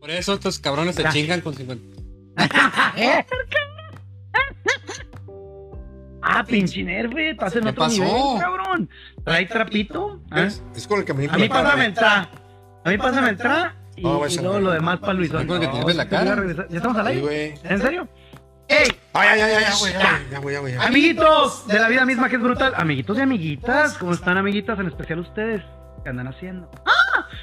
Por eso estos cabrones se Ya. chingan con 50. Ah, pinche nerve, estás en ¿Qué otro pasó? nivel, cabrón. ¿Trae trapito. ¿Ah? Es, es con el que me A mí para pásame entrar. A mí pásame entrar. Y, No, güey, y se luego me- lo demás para Luis. Tengo que No, tenerle la te voy a cara. regresar. ¿Ya estamos al Ay, aire? güey. ¿En serio? ¡Ey! Ay, ay, ay, ay, güey, ya, güey, ya, güey, ya, güey, ya. Amiguitos de la vida misma que es brutal. Amiguitos y amiguitas, ¿cómo están amiguitas? En especial ustedes, ¿qué andan haciendo? ¡Ah!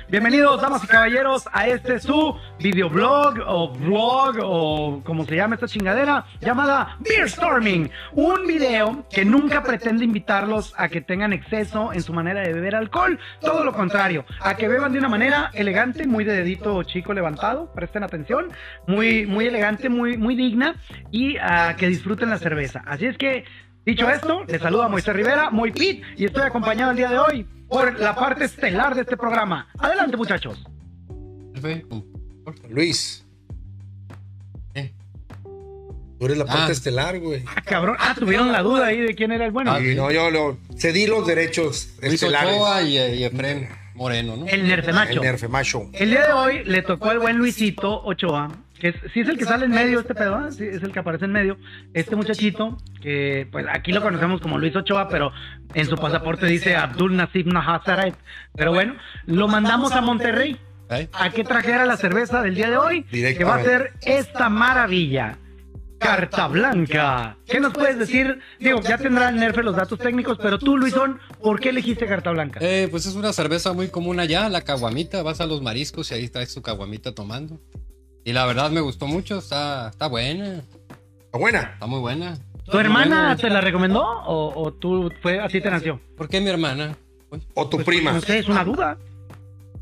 Bienvenidos, damas y caballeros, a este su videoblog o vlog o como se llama esta chingadera llamada Beer Storming. Un video que nunca pretende invitarlos a que tengan exceso en su manera de beber alcohol, todo lo contrario, a que beban de una manera elegante, muy de dedito chico levantado, presten atención, muy, muy elegante, muy, muy digna y a que disfruten la cerveza. Así es que, dicho esto, les saluda Moisés Rivera, Moy Pit, y estoy acompañado el día de hoy por la parte estelar de este programa. Adelante, muchachos. Jefe, como- Luis. ¿Qué? Tú eres la parte ¿Eh? Ah. estelar, güey. Ah, cabrón, ah, tuvieron la duda ahí de quién era el bueno. Ah, y sí. no, yo lo, cedí los derechos Luis estelares. Ochoa y, eh, y Efren Moreno, ¿no? el El nerfemacho. nerfe macho. El día de hoy le tocó al buen Luisito Ochoa, que es, sí es el que sale en medio este pedo, ¿ah? sí, es el que aparece en medio, este muchachito, que pues aquí lo conocemos como Luis Ochoa, pero en su pasaporte dice Abdul Nasib Nahazaret. Pero bueno, lo mandamos a Monterrey ¿Eh? a que trajera la cerveza del día de hoy, que va a ser Directamente. esta maravilla. Carta Blanca. ¿Qué nos puedes decir? Digo, ya tendrá el Nerfe los datos técnicos, pero tú, Luisón, ¿por qué elegiste Carta Blanca? Eh, pues es una cerveza muy común allá, la caguamita. Vas a los mariscos y ahí traes tu caguamita tomando. Y la verdad me gustó mucho, está, está buena, Está buena. está muy buena. ¿Tu hermana te la recomendó o, o tú fue así te nació? ¿Por qué mi hermana? O tu prima. No sé, es una duda.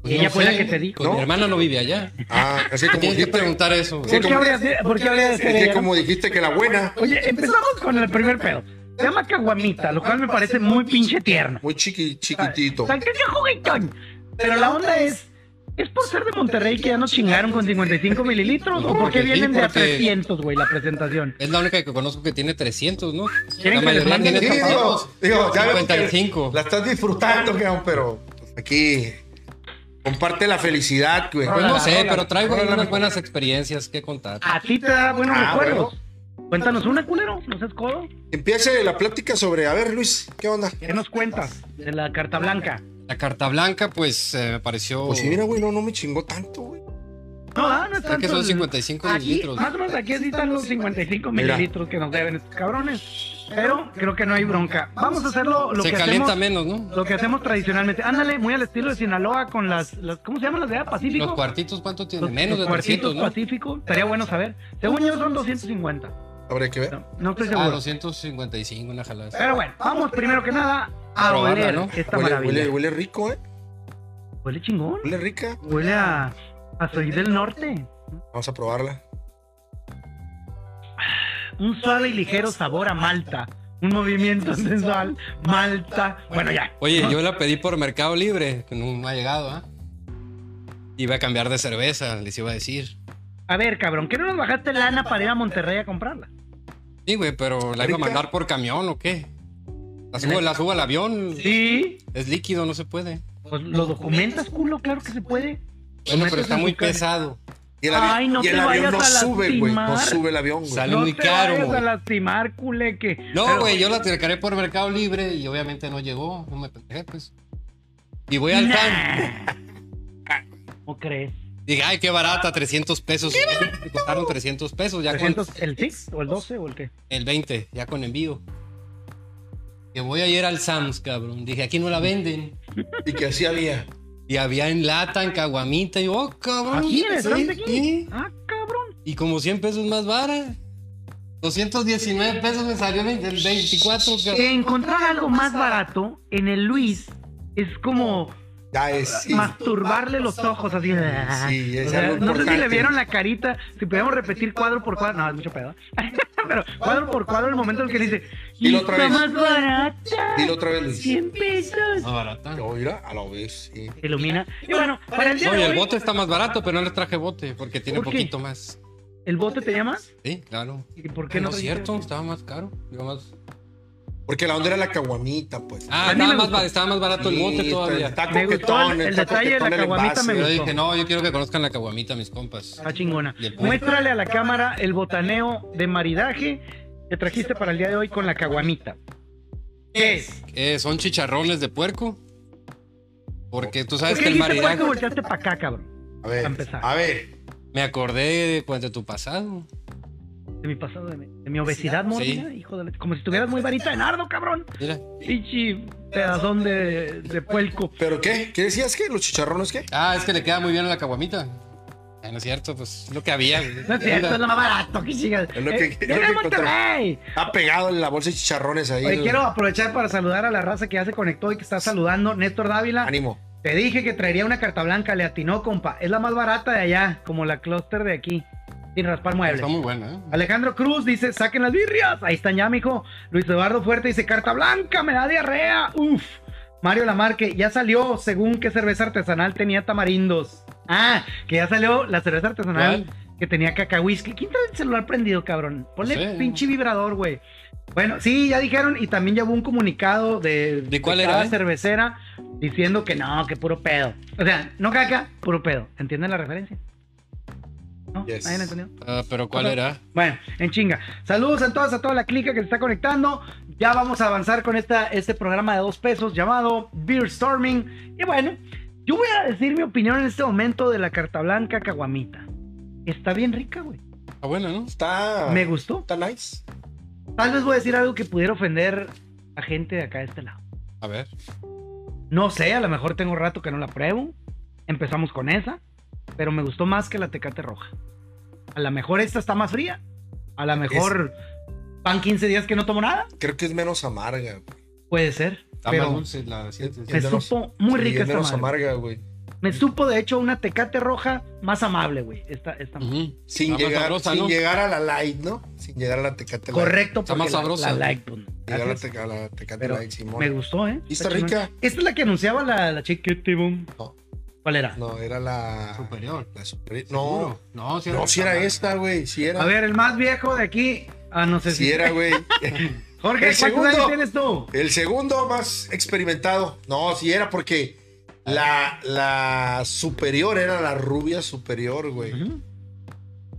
Pues Ella no fue la sé, que te dijo. pues ¿No? Mi hermana no vive allá. Ah, así pues, Tienes como que dijiste. preguntar eso. güey. Sí, ¿Por qué como- habría de, por qué habría de ser Es que ella? como dijiste que la buena, Oye, empezamos con el primer pedo. Se llama caguamita, lo cual me parece muy pinche tierno. muy chiqui, chiquitito. O sea, que es un juguetón. Pero la onda es, ¿es por ser de Monterrey que ya nos chingaron con 55 mililitros? ¿O por qué Porque sí, vienen de a porque- 300, güey, la presentación? Es la única que conozco que tiene 300, ¿no? ¿Quieren La que les mayoría mande tiene Sí, el- digo, 300, digo, ya vemos que 55. La estás disfrutando, cabrón, pero pues, aquí comparte la felicidad, güey. Pues no Hola, sé, hola. pero traigo unas buenas experiencias que contar. ¿A ti te da buenos Ah, recuerdos? Cuéntanos una, culero, no seas codo. Empiece la plática sobre, a ver, Luis, ¿qué onda? ¿Qué nos cuentas de la carta blanca? La carta blanca, pues eh, me pareció. Pues sí, mira, güey, no, no me chingó tanto, güey. No, ah, no es Creo que tanto son el- 55 Aquí, mililitros. Más o menos aquí sí están los 55 Mira. mililitros que nos deben estos cabrones. Pero creo que no hay bronca. Vamos a hacerlo lo Se que calienta menos, hacemos. ¿no? Lo que hacemos tradicionalmente. Ándale, muy al estilo de Sinaloa con las, las ¿cómo se llaman las de allá? Pacífico? Los cuartitos, ¿cuánto tiene? Los- menos los de 300, cuartitos ¿no? Pacífico. Estaría bueno saber. Según yo son 250. Habrá que ver. No, no estoy Ah, seguro. 255, una jalada. Pero bueno, vamos primero que nada a Probarla, oler ¿no? esta Huele, maravilla. huele, Huele, huele rico, ¿eh? chingón. Huele rica. Huele a, a soy del norte. Vamos a probarla. un suave y ligero sabor a Malta. Un movimiento sensual, Malta. Bueno, ya. Oye, yo la pedí por Mercado Libre, que no me ha llegado, ¿ah? Iba a cambiar de cerveza, les iba a decir. A ver, cabrón, ¿qué no nos bajaste lana para ir a Monterrey a comprarla? Sí, güey, pero la iba a Rica. mandar por camión o qué. La subo, la subo al avión, Sí. es líquido, no se puede. Pues lo documentas, culo, claro que se puede. Bueno, pero metes está en muy tu cara. pesado. Y el, Ay, avi- no y el te vayas avión no a sube, güey. No lastimar. sube el avión, güey. Sale no muy te caro, vayas a güey. lastimar, culeque. No, güey, yo la acercaré por Mercado Libre y obviamente no llegó, no me pendejé, pues. Y voy al can. ¿Cómo crees? Dije, ay, qué barata, 300 pesos. Me costaron 300 pesos, ya con 300, ¿El 6 o el 12 o el qué? el 20, ya con envío. Que voy a ir al Sams, cabrón. Dije, aquí no la venden. Y que así había. Y había en lata, en caguamita. Y yo, oh, cabrón. ¿Aquí en el sí, Sams de aquí? sí. Ah, cabrón. Y como 100 pesos más vara. 219 pesos me salió en el 24, cabrón. Encontrar algo más barato en el Luis es como Ya es. Sí. masturbarle los ojos así. Sí, es O sea, algo no sé si importante. le vieron la carita, si podíamos repetir cuadro por cuadro, no, es mucho pedo. Pero cuadro por cuadro el momento en el que dice, y Dilo otra está vez. más barata, Dilo otra vez, Luis. 100 pesos. Más barata. Yo, mira, a la vez. Sí. Se ilumina. Y bueno, para el día No, y de el hoy, bote está más barato, pero no le traje bote porque tiene ¿Por qué? poquito más. ¿el bote te llama? Sí, claro. ¿Y por qué Que no no? es trajiste? cierto, estaba más caro. Yo más. Porque la onda era la caguamita, pues. A Ah, mí estaba me más, gustó. ba- estaba más barato el bote Sí, todavía. Está Me gustó coquetón, el- el está detalle de la coquetón el caguamita, envase. me Yo gustó. dije, no, yo quiero que conozcan la caguamita, mis compas. Está Ah, chingona. Y el pulpo. Muéstrale a la cámara el botaneo de maridaje que trajiste para el día de hoy con la caguamita. ¿Qué es? Eh, son chicharrones de puerco. Porque tú sabes ¿Por qué que el dijiste por maridaje. qué volteaste para acá, cabrón? A Para ver, empezar. a ver. Me acordé de, pues, de tu pasado. De mi pasado, de mi, de mi obesidad mórbida, hijo de la- Como si estuvieras muy varita de nardo, cabrón. Mira. Pichi pedazón de, de puelco. ¿Pero qué? ¿Qué decías que? ¿Los chicharrones qué? Ah, es que le queda muy bien a la caguamita. Ah, no es cierto, pues lo que había. güey. No es cierto, es lo más barato, qué chingas. Es lo que- Eh, es lo ¡Es de que Monterrey! Ha pegado en la bolsa de chicharrones ahí. Oye, el- quiero aprovechar para saludar a la raza que ya se conectó y que está saludando. Néstor Dávila, Ánimo. Te dije que traería una carta blanca, le atinó, compa. Es la más barata de allá, como la cluster de aquí, sin raspar muebles. Está muy bueno, ¿eh? Alejandro Cruz dice, saquen las birrias. Ahí están ya, mijo. Luis Eduardo Fuerte dice, carta blanca, me da diarrea. Uf. Mario Lamarque, ya salió, según qué cerveza artesanal tenía tamarindos. Ah, que ya salió la cerveza artesanal ¿Cuál? que tenía caca whisky. ¿Quién trae el celular prendido, cabrón? Ponle No sé. pinche vibrador, güey. Bueno, sí, ya dijeron y también ya hubo un comunicado de, cuál cada era, eh? cervecera diciendo que no, que puro pedo. O sea, no caca, puro pedo. ¿Entienden la referencia? ¿No? Yes. ¿Nadie la entendió? Ah, pero ¿cuál Ajá. era? Bueno, en chinga. Saludos a todas, a toda la clica que se está conectando. Ya vamos a avanzar con esta, este programa de dos pesos llamado Beer Storming. Y bueno, yo voy a decir mi opinión en este momento de la carta blanca caguamita. Está bien rica, güey. Está buena, ¿no? Está. Me gustó. Está nice. Tal vez voy a decir algo que pudiera ofender a gente de acá de este lado. A ver. No sé, a lo mejor tengo rato que no la pruebo. Empezamos con esa, pero me gustó más que la tecate roja. A lo mejor esta está más fría. A lo mejor van 15 días que no tomo nada. Creo que es menos amarga. güey. Puede ser. Está pero más dulce la sientes. me es menos- supo muy Sí, rica es esta menos madre. amarga, güey. Me supo, de hecho, una tecate roja más amable, güey. Esta, esta madre. Ujú. Sin, Está más llegar, sabrosa, sin ¿no? llegar a la light, ¿no? Sin llegar a la tecate light. Correcto, Está porque más la- sabrosa. La, light, pues, Llegar a la, gracias. teca- a la tecate Pero light, Simón. Me gustó, ¿eh? ¿Y está chingona. rica? Esta es la que anunciaba la, la chiquete, boom. No. ¿Cuál era? No, era la. Superior. la superior- Seguro. No, no, si no, si era esta, güey. Si era. A ver, el más viejo de aquí. Ah, no sé si. Si era, güey. Jorge, El ¿cuántos años segundo. tienes tú? El segundo más experimentado. No, si era porque la, la superior era la rubia superior, güey. Ujú.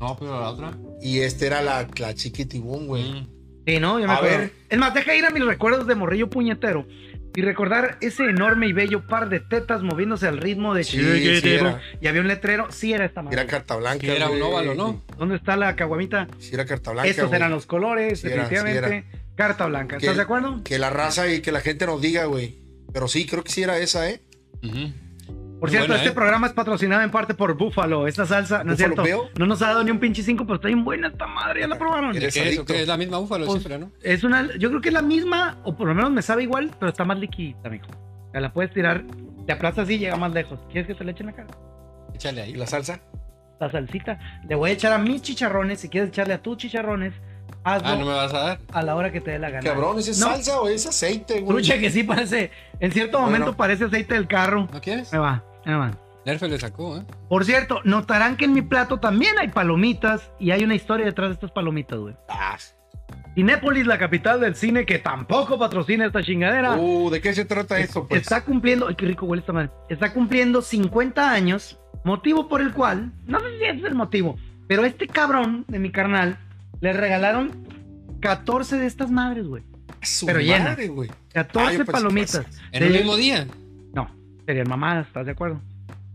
No, pero la otra. Y este era la, la chiquitibum, güey. Mm. Sí, no, yo me A acuerdo. ver. Es más, deja ir a mis recuerdos de morrillo puñetero y recordar ese enorme y bello par de tetas moviéndose al ritmo de Sí, sí era. Y había un letrero, sí era esta madre. Era carta blanca. Que era un güey. óvalo, ¿no? ¿Dónde está la caguamita? Sí, era carta blanca. Estos güey. eran los colores, Sí era, sí definitivamente. Carta blanca, ¿estás Que- de acuerdo? Que la raza y que la gente nos diga, güey. Pero sí, creo que sí era esa, ¿eh? Ujú. Por Muy cierto, buena, este ¿eh? programa es patrocinado en parte por Búfalo. Esta salsa, no es cierto. ¿Búfalo Veo? No nos ha dado ni un pinche cinco, pero está bien buena esta madre, ya la probaron. ¿De Eres qué es? ¿O adicto. qué? Es la misma búfalo Pues- siempre, ¿no? Es una, yo creo que es la misma, o por lo menos me sabe igual, pero está más liquidita, mijo. O sea, la puedes tirar, te aplastas y llega más lejos. ¿Quieres que te le echen la cara? Échale ahí. ¿Y la salsa? La salsita. Le voy a echar a mis chicharrones. Si quieres echarle a tus chicharrones, hazlo Ah, no me vas a dar. a la hora que te dé la gana. Cabrón, ¿ese ¿es No. salsa o es aceite, güey? Trucha que sí parece, en cierto Bueno. momento parece aceite del carro. ¿No quieres? Me va, me va. Nerfe Ah, le sacó, ¿eh? Por cierto, notarán que en mi plato también hay palomitas y hay una historia detrás de estas palomitas, güey. Ah, Cinépolis, la capital del cine, que tampoco patrocina esta chingadera, uh, ¿de qué se trata esto, pues? está cumpliendo, ay, qué rico huele esta madre, está cumpliendo 50 años, motivo por el cual, no sé si ese es el motivo, pero a este cabrón de mi carnal le regalaron 14 de estas madres, güey. Su pero llena. madre, güey. Ah, 14 yo pensé que palomitas. pues, En el Sí. mismo día. No, serían mamadas, ¿estás de acuerdo?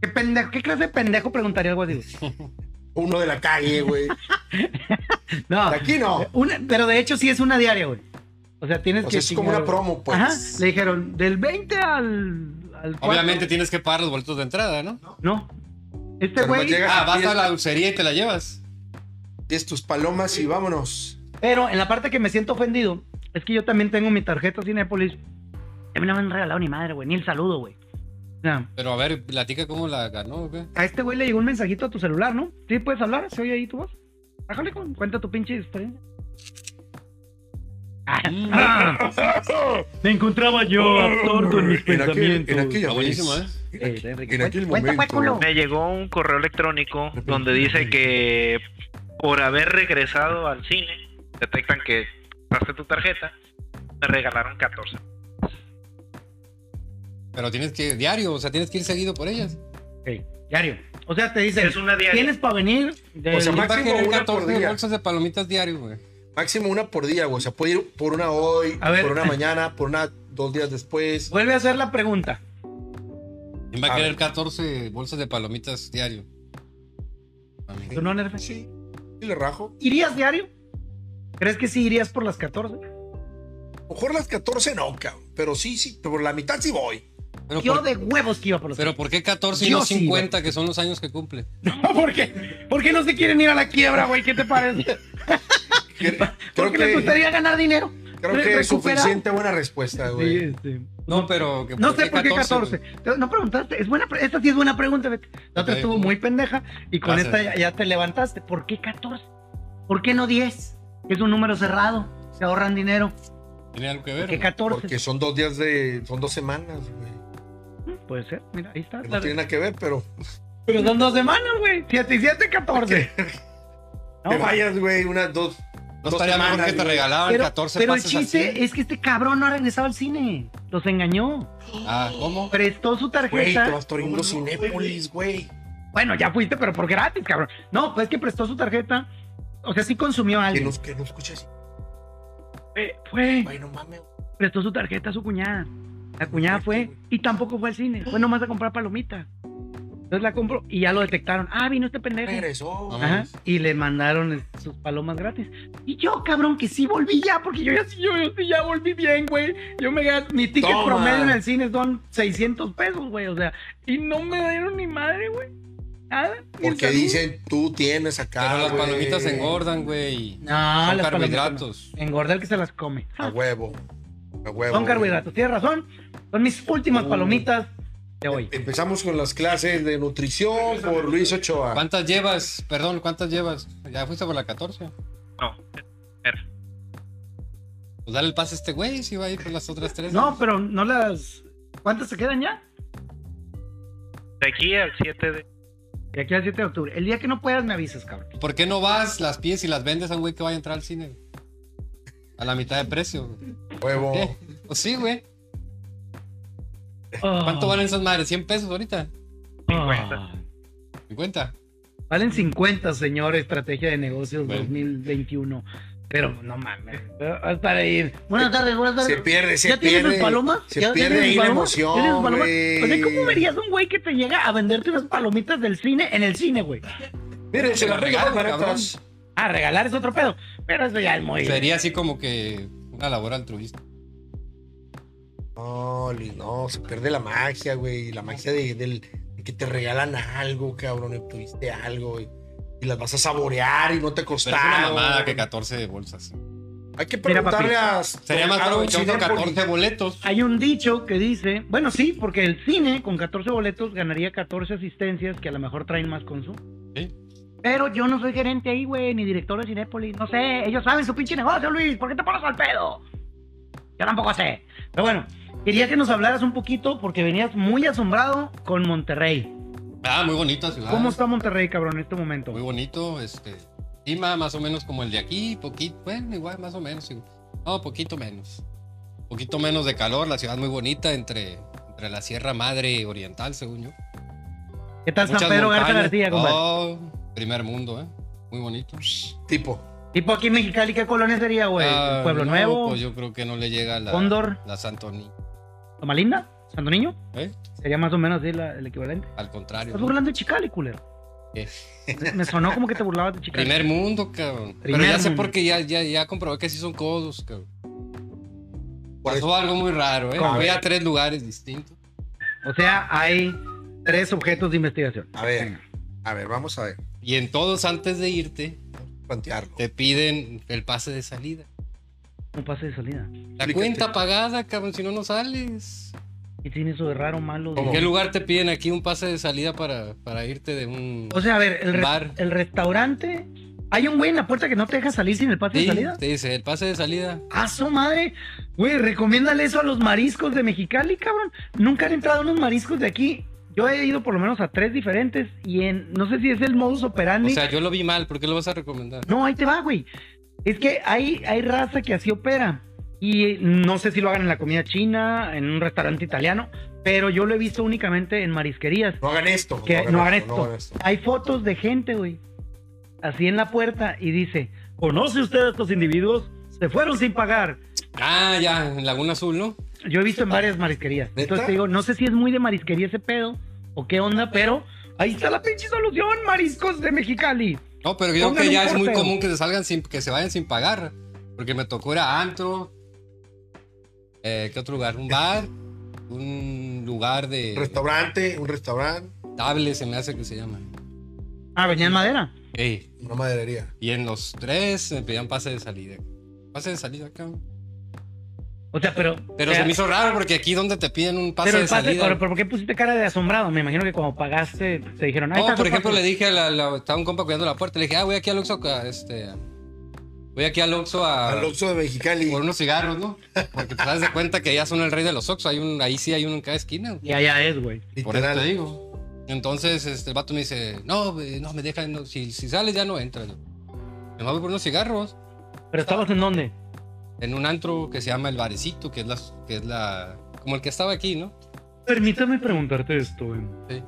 ¿Qué, pendejo, ¿Qué clase de pendejo preguntaría algo así? Uno de la calle, güey. De No, aquí no. Una- pero de hecho sí es una diaria, güey. O sea, tienes O que... sea, es como chingar, una promo, pues. güey. Ajá, le dijeron, del 20 al... al cuatro. Obviamente tienes que pagar los boletos de entrada, ¿no? No. Este Pero güey... no llega- Ah, vas a la dulcería y te la llevas. Tienes tus palomas y vámonos. Pero en la parte que me siento ofendido, es que yo también tengo mi tarjeta Cinépolis. A mí no me han regalado ni madre, güey, ni el saludo, güey. O sea, Pero a ver, platica cómo la ganó, ¿o qué? a este güey le llegó un mensajito a tu celular, ¿no? Sí, puedes hablar, se oye ahí tu voz. Bájale, con, cuenta tu pinche experiencia. Mm, Me encontraba yo absorto en mis Ah. En aquel- pensamientos. en aquella está buenísimo, ¿eh? Eh, vez. Enrique, En cuenta- aquel cuenta, momento. cuéculo. me llegó un correo electrónico donde dice que por haber regresado al cine, detectan que pasaste tu tarjeta, me regalaron 14. Pero tienes que ir diario, o sea, tienes que ir seguido por ellas. Ok, diario. O sea, te dicen, Es una diaria. tienes para venir. De- O sea, Yo máximo bajé el una por 14 día. bolsas de palomitas diario, güey. Máximo una por día, güey. O sea, puede ir por una hoy, A ver. por una mañana, por una dos días después. vuelve a hacer la pregunta. ¿Quién va a A querer ver. 14 bolsas de palomitas diario? Mami. ¿Tú no, Nerfe? Sí, sí le rajo. ¿Irías diario? ¿Crees que sí irías por las 14? A lo mejor las 14 no, cabrón. Pero sí, sí, por la mitad sí voy. Pero, Yo por, de huevos que iba por los pero ¿por qué 14 y Yo no sí, 50, que son los años que cumple? No, ¿por qué? ¿Por qué no se quieren ir a la quiebra, güey? ¿Qué te parece? Creo Porque que, les gustaría ganar dinero. creo que es suficiente buena respuesta, güey. Sí, este, No, pero... que No sé por qué 14. güey? Te- No preguntaste. Es buena, pre- esta sí es buena pregunta, Beto. La otra Ok. estuvo muy pendeja y con Gracias. esta ya, ya te levantaste. ¿Por qué 14? ¿Por qué no 10? Es un número cerrado. Se ahorran dinero. Tiene algo que ¿Por ver. qué güey? 14? Porque son dos días de. Son dos semanas, güey. Mm, Puede ser. Mira, ahí está. Que la- No tiene nada que ver, pero. Pero son dos semanas, güey. 7 y 7, 14. No, que güey. vayas, güey, unas dos. No dos estaría mal semanas, porque te güey. regalaban Pero, 14 pero el pases chiste así. es que este cabrón no ha regresado al cine. Los engañó. Ah, ¿cómo? Prestó su Güey, te tarjeta. vas torriendo Cinépolis, güey. Bueno, ya fuiste, pero por gratis, cabrón. No, pues es que prestó su tarjeta. O sea, sí consumió Que algo. no, que no escuches. Fue, fue, Güey, no mames. prestó su tarjeta a su cuñada. La cuñada fue y tampoco fue al cine. Fue nomás a comprar palomitas. Entonces la compró y ya lo detectaron. Ah, vino este pendejo. Regresó. No Ajá, y le mandaron es- sus palomas gratis. Y yo, cabrón, que sí volví ya, porque yo ya, sí- yo, yo sí ya volví bien, güey. Yo me gasté, mi ticket Toma. promedio en el cine son 600 pesos, güey. O sea, y no me dieron ni madre, güey. Nada. ni Porque salud. dicen, tú tienes acá. Pero las güey. palomitas engordan, güey. Son No, las palomitas no. carbohidratos. Engorda el que se las come. A huevo. A huevo. Son güey. carbohidratos, tienes razón. Son mis últimas Mm. palomitas de hoy. Em, Empezamos con las clases de nutrición por Luis Ochoa. ¿Cuántas llevas? Perdón, ¿cuántas llevas? Ya fuiste por la 14. No, Pues dale el pase a este güey si va a ir por las otras eh. tres. No, pero no las. ¿Cuántas se quedan ya? de aquí al 7 de. De aquí al 7 de octubre. El día que no puedas, me avisas, cabrón. ¿Por qué no vas, las pies y las vendes a un güey que vaya a entrar al cine? A la mitad de precio. güey. Huevo. ¿Qué? Pues sí, güey. Oh. ¿Cuánto valen esas madres? ¿100 pesos ahorita? 50? ¿50? Valen 50, señor, estrategia de negocios Bueno. 2021. Pero no mames. Hasta ahí. Buenas tardes, buenas tardes. Eh, Se pierde, se ¿Ya tienes pierde. sus palomas? Se ¿Ya pierde tienes sus ahí la palomas? ¿Ya tienes sus emoción, palomas? güey. O sea, ¿cómo verías un güey que te llega a venderte unas palomitas del cine en el cine, güey? Miren, se las regalan Cabrón. baratas. Ah, regalar es otro pedo. Pero eso ya es muy. Sería así como que una labor altruista. No, Luis, no, se pierde la magia, güey. La magia de, del, de que te regalan algo, cabrón. Y tuviste algo, y, y las vas a saborear y no te Pero es una costaron. mamada que 14 de bolsas. Hay que Mira, papi. preguntarle a. Sería más a don provechoso Cinépolis. 14 boletos. Hay un dicho que dice, bueno, sí, porque el cine con 14 boletos ganaría 14 asistencias que a lo mejor traen más consumo. Sí. Pero yo no soy gerente ahí, güey, ni director de Cinépolis, no sé, ellos saben su pinche negocio, Luis, ¿por qué te pones al pedo? Yo tampoco sé. Pero bueno, quería que nos hablaras un poquito porque venías muy asombrado con Monterrey. Ah, muy bonita ciudad. ¿Cómo está Monterrey, cabrón, en este momento? Muy bonito, este. Clima más o menos como el de aquí, poquito, bueno, igual más o menos. igual. No, poquito menos. Poquito menos de calor, la ciudad muy bonita entre, entre la Sierra Madre Oriental, según yo. ¿Qué tal San Muchas Pedro Garza montañas. García, compadre? Pues, Oh, primer mundo, ¿eh? Muy bonito. Tipo. Tipo aquí en Mexicali, ¿qué colonia sería, güey? Ah, ¿Pueblo no, Nuevo? Pues yo creo que no le llega la, Cóndor. la Santoni, ¿Tomalinda? ¿Santo Niño? ¿eh? Sería más o menos así la- el equivalente. Al contrario. Estás ¿no? burlando de Chicali, culero. Eh, Me sonó como que te burlabas de Chicali. Primer mundo, cabrón. Pero Primer ya sé mundo. porque ya, ya, ya comprobé que sí son codos, cabrón. Por Pasó algo muy raro, ¿eh? ¿Cómo? Voy a tres lugares distintos. O sea, hay tres objetos de investigación. A ver, Venga. a ver, vamos a ver. Y en todos, antes de irte, Plantearlo. te piden el pase de salida. Un pase de salida. La Explícate. cuenta pagada, cabrón, si no, no sales. ¿Qué tiene eso de raro, malo? de- ¿En qué lugar te piden aquí un pase de salida para, para irte de un O sea, a ver, el, re- bar? el restaurante. Hay un güey en la puerta que no te deja salir sin el pase Sí, de salida. te dice, el pase de salida. ¡A su madre! Güey, recomiéndale eso a los mariscos de Mexicali, cabrón. Nunca han entrado unos mariscos de aquí. Yo he ido por lo menos a tres diferentes y en. No sé si es el modus O operandi. sea, yo lo vi mal, ¿por qué lo vas a recomendar? No, ahí te va, güey. Es que hay, hay raza que así opera. Y no sé si lo hagan en la comida china, en un restaurante italiano, pero yo lo he visto únicamente en marisquerías. No hagan esto. Que no hagan esto. Hay fotos de gente, güey, así en la puerta y dice, ¿conoce usted a estos individuos? Se fueron sin pagar. Ah, ya, en Laguna Azul, ¿no? Yo he visto en varias marisquerías. ¿Neta? Entonces te digo, no sé si es muy de marisquería ese pedo o qué onda, pero ahí está la pinche solución, mariscos de Mexicali. No, pero yo creo Póngale que un ya es muy corte. común que se salgan sin, que se vayan sin pagar. Porque me tocó era antro. eh, ¿Qué otro lugar? Un bar. Un lugar de Restaurante, un restaurante, tables se me hace que se llama. Ah, venía en madera. Ey, una maderería. Y en los tres me pedían pase de salida. Pase de salida, cabrón. O sea, pero. Pero o sea, se me hizo raro porque aquí donde te piden un pase pero el de pase- salida. pero- pero ¿por qué pusiste cara de asombrado? Me imagino que cuando pagaste te dijeron, "Ahí No, está por su ejemplo, pase". le dije a la, la- estaba un compa cuidando la puerta, le dije, ah, voy aquí al Oxxo, a- este, voy aquí al Oxxo a, Al Oxxo de Mexicali. Ah. por unos cigarros, ¿no? Porque te das de cuenta que ya son el rey de los Oxxo, hay un, ahí sí hay uno en cada esquina. Y allá es, güey. Por eso Literal. te digo. Entonces, este, el vato me dice, no, eh, no, me dejan, no, si, si sales ya no entras. Me voy por unos cigarros Pero estabas en dónde? en un antro que se llama El Barecito, que es la, que es la, como el que estaba aquí, ¿no? Permítame preguntarte esto, güey. Sí.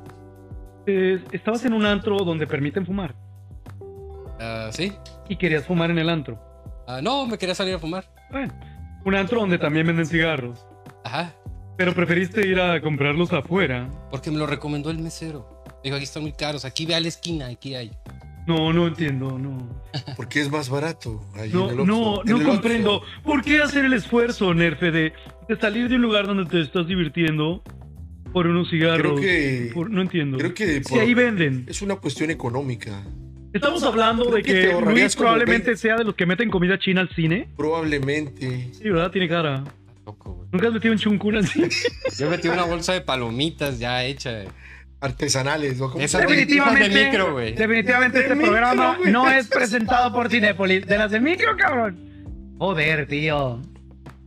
Eh, estabas en un antro donde permiten fumar Ah, sí. y querías fumar en el antro. Ah, no, me quería salir a fumar. Bueno, un antro donde también venden cigarros. Ajá. Pero preferiste ir a comprarlos afuera. Porque me lo recomendó el mesero. Dijo, aquí están muy caros, aquí ve a la esquina, aquí hay. No, no entiendo, no. Porque es más barato. ahí No, en el Oxxo. no, En no el comprendo. Oxxo. ¿Por qué hacer el esfuerzo, Nerfe, de, de salir de un lugar donde te estás divirtiendo por unos Creo cigarros? que, Por- no entiendo. creo que si por- ahí venden. es una cuestión económica. Estamos hablando Creo de que te que ahorrarías Luis como probablemente 20. sea de los que meten comida china al cine. Probablemente. Sí, ¿verdad? Tiene cara. Loco, güey. ¿Nunca has metido un chuncún al cine? Yo metí una bolsa de palomitas ya hecha. eh. Artesanales, ¿no? ¿Cómo Esas se llama? de- Definitivamente. esas de micro, güey. Definitivamente este De micro, programa güey. no es presentado por Cinepolis. De las de micro, cabrón. Joder, tío.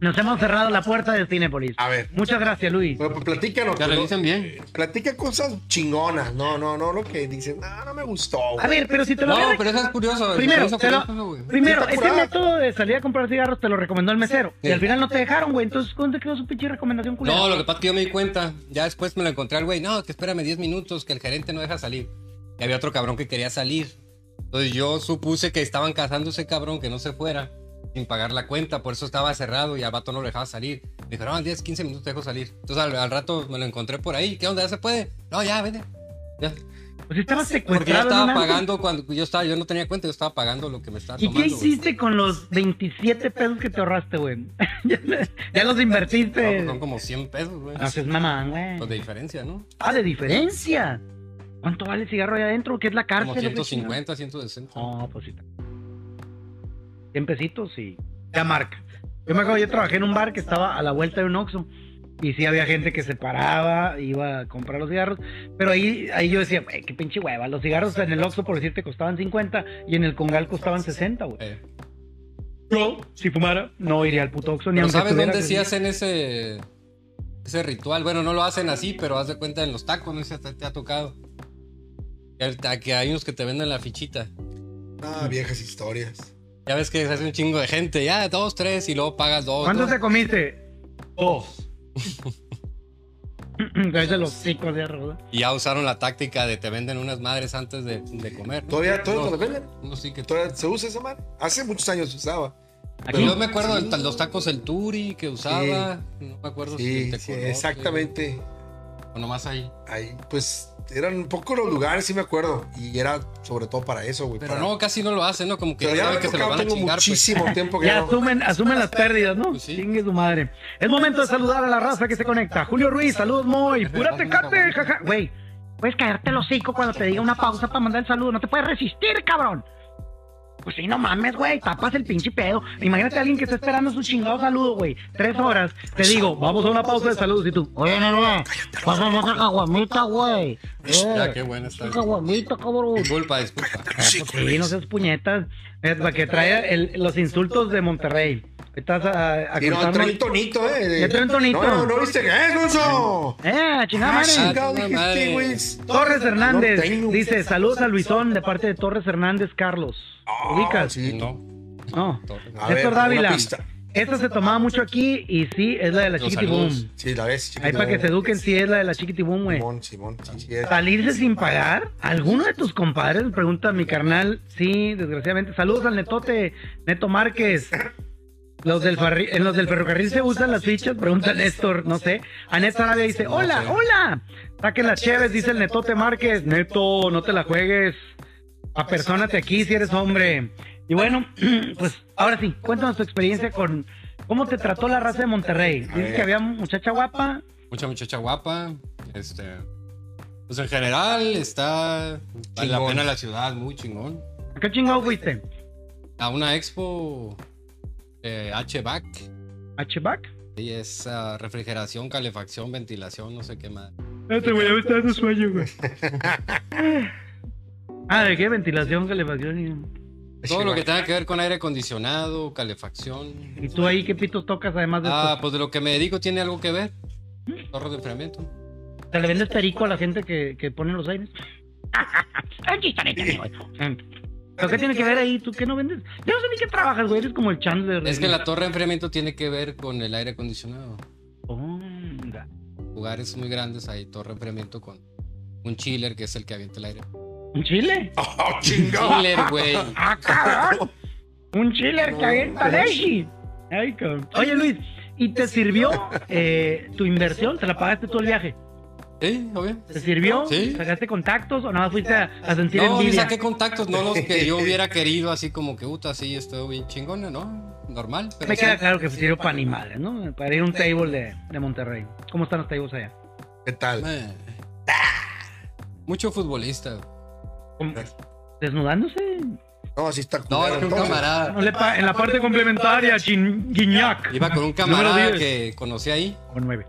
Nos hemos cerrado la puerta de Cinepolis. A ver. Muchas gracias, Luis. Bueno, pues platícanos. Ya ¿no? revisan bien. Platica cosas chingonas. No, no, no, lo que dicen. No, no me gustó. güey. A ver, pero si te lo No, voy a- pero eso es curioso. Primero, eso es te lo- curioso, güey. Primero, Está ese curado. método de salir a comprar cigarros te lo recomendó el mesero. Y Sí. al final no te dejaron, güey. Entonces, ¿dónde quedó su pinche recomendación culera? No, lo que pasa es que yo me di cuenta. Ya después me lo encontré al güey. No, que espérame 10 minutos, que el gerente no deja salir. Y había otro cabrón que quería salir. Entonces yo supuse que estaban cazando ese cabrón que no se fuera sin pagar la cuenta. Por eso estaba cerrado y al vato no lo dejaba salir. Me dijeron, no, 10, 15 minutos te dejo salir. Entonces al, al rato me lo encontré por ahí. ¿Qué onda? ¿Ya se puede? No, ya, vete. Ya. Pues Porque yo estabas secuestrado. en estaba un antro. pagando cuando yo estaba, yo no tenía cuenta, yo estaba pagando lo que me estaba ¿Y tomando. qué güey. hiciste con los 27 pesos que te ahorraste, güey? ya, ya los No, invertiste. pues son como 100 pesos, güey. Haces mamá, güey. Pues de diferencia, ¿no? Ah, de diferencia. ¿Cuánto vale el cigarro allá adentro? ¿Qué es la cárcel? Como ese 150, 160. chingado? No, pues sí. 100 pesitos y ya marca. Yo me acuerdo, yo trabajé en un bar que estaba a la vuelta de un Oxxo. Y sí había gente que se paraba, iba a comprar los cigarros. Pero ahí, ahí yo decía, "Güey, qué pinche hueva. Los cigarros en el Oxxo, por decirte, costaban 50 y en el Congal costaban 60, güey. Eh, Yo, si fumara, no iría al puto Oxxo ni pero aunque ¿sabes estuviera dónde sí creciendo. hacen ese, ese ritual? Bueno, no lo hacen así, pero haz de cuenta en los tacos, no sé si te, te ha tocado. El ta- que hay unos que te venden la fichita. Ah, viejas historias. Ya ves que se hace un chingo de gente, ya dos, tres, y luego pagas dos. ¿Cuántos dos. te comiste? Dos. es de los chicos de arroz. Y ya usaron la táctica de te venden unas madres antes de, de comer. ¿no? ¿Todavía, todavía No, te las venden? no, sí que ¿Todavía se usa esa madre? Hace muchos años se usaba. Pero Aquí. yo me acuerdo de los tacos el Turi que usaba. No me acuerdo si Sí, te sí, conoce, exactamente. O nomás ahí. Ahí, pues, eran un poco los lugares, sí me acuerdo. Y era sobre todo para eso, güey. Pero para- no, casi no lo hacen, ¿no? Como que ya Pero ya me saben que se lo tocaba, van a tengo chingar. pues. muchísimo tiempo que Ya ya no. asumen, asumen las pérdidas, ¿no? Pues sí. Chingue su madre. Es momento de saludar a la raza que se conecta. Julio Ruiz, saludos, Moy. Pura tecate, jaja. Güey, puedes caerte el hocico cuando te diga una pausa para mandar el saludo. No te puedes resistir, cabrón. Pues sí, no mames, güey. Tapas el pinche pedo. Imagínate a alguien que está esperando su chingado saludo, güey. Tres horas. Te digo, vamos a una pausa de saludos. Y tú, oye, no, no. Pásame otra caguamita, güey. Ya, Eh, qué buena está. otra Caguamita, cabrón. Disculpa, disculpa. Sí, Pues Sí, no seas puñetas. Es para que trae el- los insultos de Monterrey. Estás ah, a, a Y no, contarnos- trae un tonito, eh. de- Ya trae un tonito. No, no, no viste que es, Gonzo. ¡Eh, chingada Ah, madre! chingado, madre. "Este dijiste, güey. Torres Hernández Norteño. dice: Saludos a Luisón de parte de Torres Hernández Carlos. Ah, ¿Ubicas? sí. No, No. todo. A Héctor ver, una Dávila. pista. Esta se tomaba mucho aquí y sí, es la de la Los Chiquitiboom. saludos. Sí, la ves, Ahí para que se eduquen, sí es la de la Chiquitiboom, güey. Simón, Simón, sí, sí es. Salirse sin pagar. ¿Alguno de tus compadres? Me Pregunta mi carnal. Sí, desgraciadamente. Saludos al Netote, Neto Márquez. Los del ferri- en los del ferrocarril se usan las fichas, pregunta Néstor, no sé. Anet Sarabia dice, hola, hola. Saquen las cheves, dice el Netote Márquez. Neto, no te la juegues. Apersónate aquí si eres hombre. Y bueno, pues ahora sí, cuéntanos tu experiencia con cómo te trató la raza de Monterrey. Dices A ver. que había muchacha guapa. Mucha muchacha guapa. Este. Pues en general está. Vale la Chingón. pena la ciudad, muy chingón. ¿A qué chingado fuiste? A una expo eh, HVAC. ¿A Chebac? Y es ah, refrigeración, calefacción, ventilación, no sé qué más. Espérate, Este güey, ya me está dando sueño, güey. ah, ¿de qué? Ventilación, calefacción. y- Todo lo que tenga que ver con aire acondicionado, calefacción. ¿Y tú ahí qué pitos tocas además de Ah, esto? pues de lo que me dedico tiene algo que ver. Torre de enfriamiento. ¿Te le vendes perico a la gente que, que pone los aires? Aquí está neta, amigo. ¿Pero qué tiene que ver ahí? ¿Tú qué no vendes? Yo no sé ni qué trabajas, güey. Eres como el Chandler. Es que la torre de enfriamiento tiene que ver con el aire acondicionado. Onda. Lugares muy grandes hay torre de enfriamiento con un chiller que es el que avienta el aire. ¿Un chile? ¡Oh, chingón! Chiller, güey. ¡Ah, cabrón! ¡Un chile que avienta leche! Ay, cabrón. Oye, Luis, ¿y te sirvió eh, tu inversión? ¿Te la pagaste tú el viaje? Sí, obvio. ¿Te sirvió? Sí. ¿Sacaste contactos o nada más fuiste a, a sentir No, ni envidia? saqué contactos, no los que yo hubiera querido, así como que, puta, sí, estoy bien chingona, ¿no? Normal, pero Me sí. queda claro que sirvió para animales, ¿no? Para ir a un table de, de Monterrey. ¿Cómo están los tables allá? ¿Qué tal? Eh. Mucho futbolista. ¿Desnudándose? No, así está No, culero, era un entonces. camarada. No le pa- en la parte complementaria, Chin- Guiñac. Iba con un camarada que conocí ahí. Con nueve.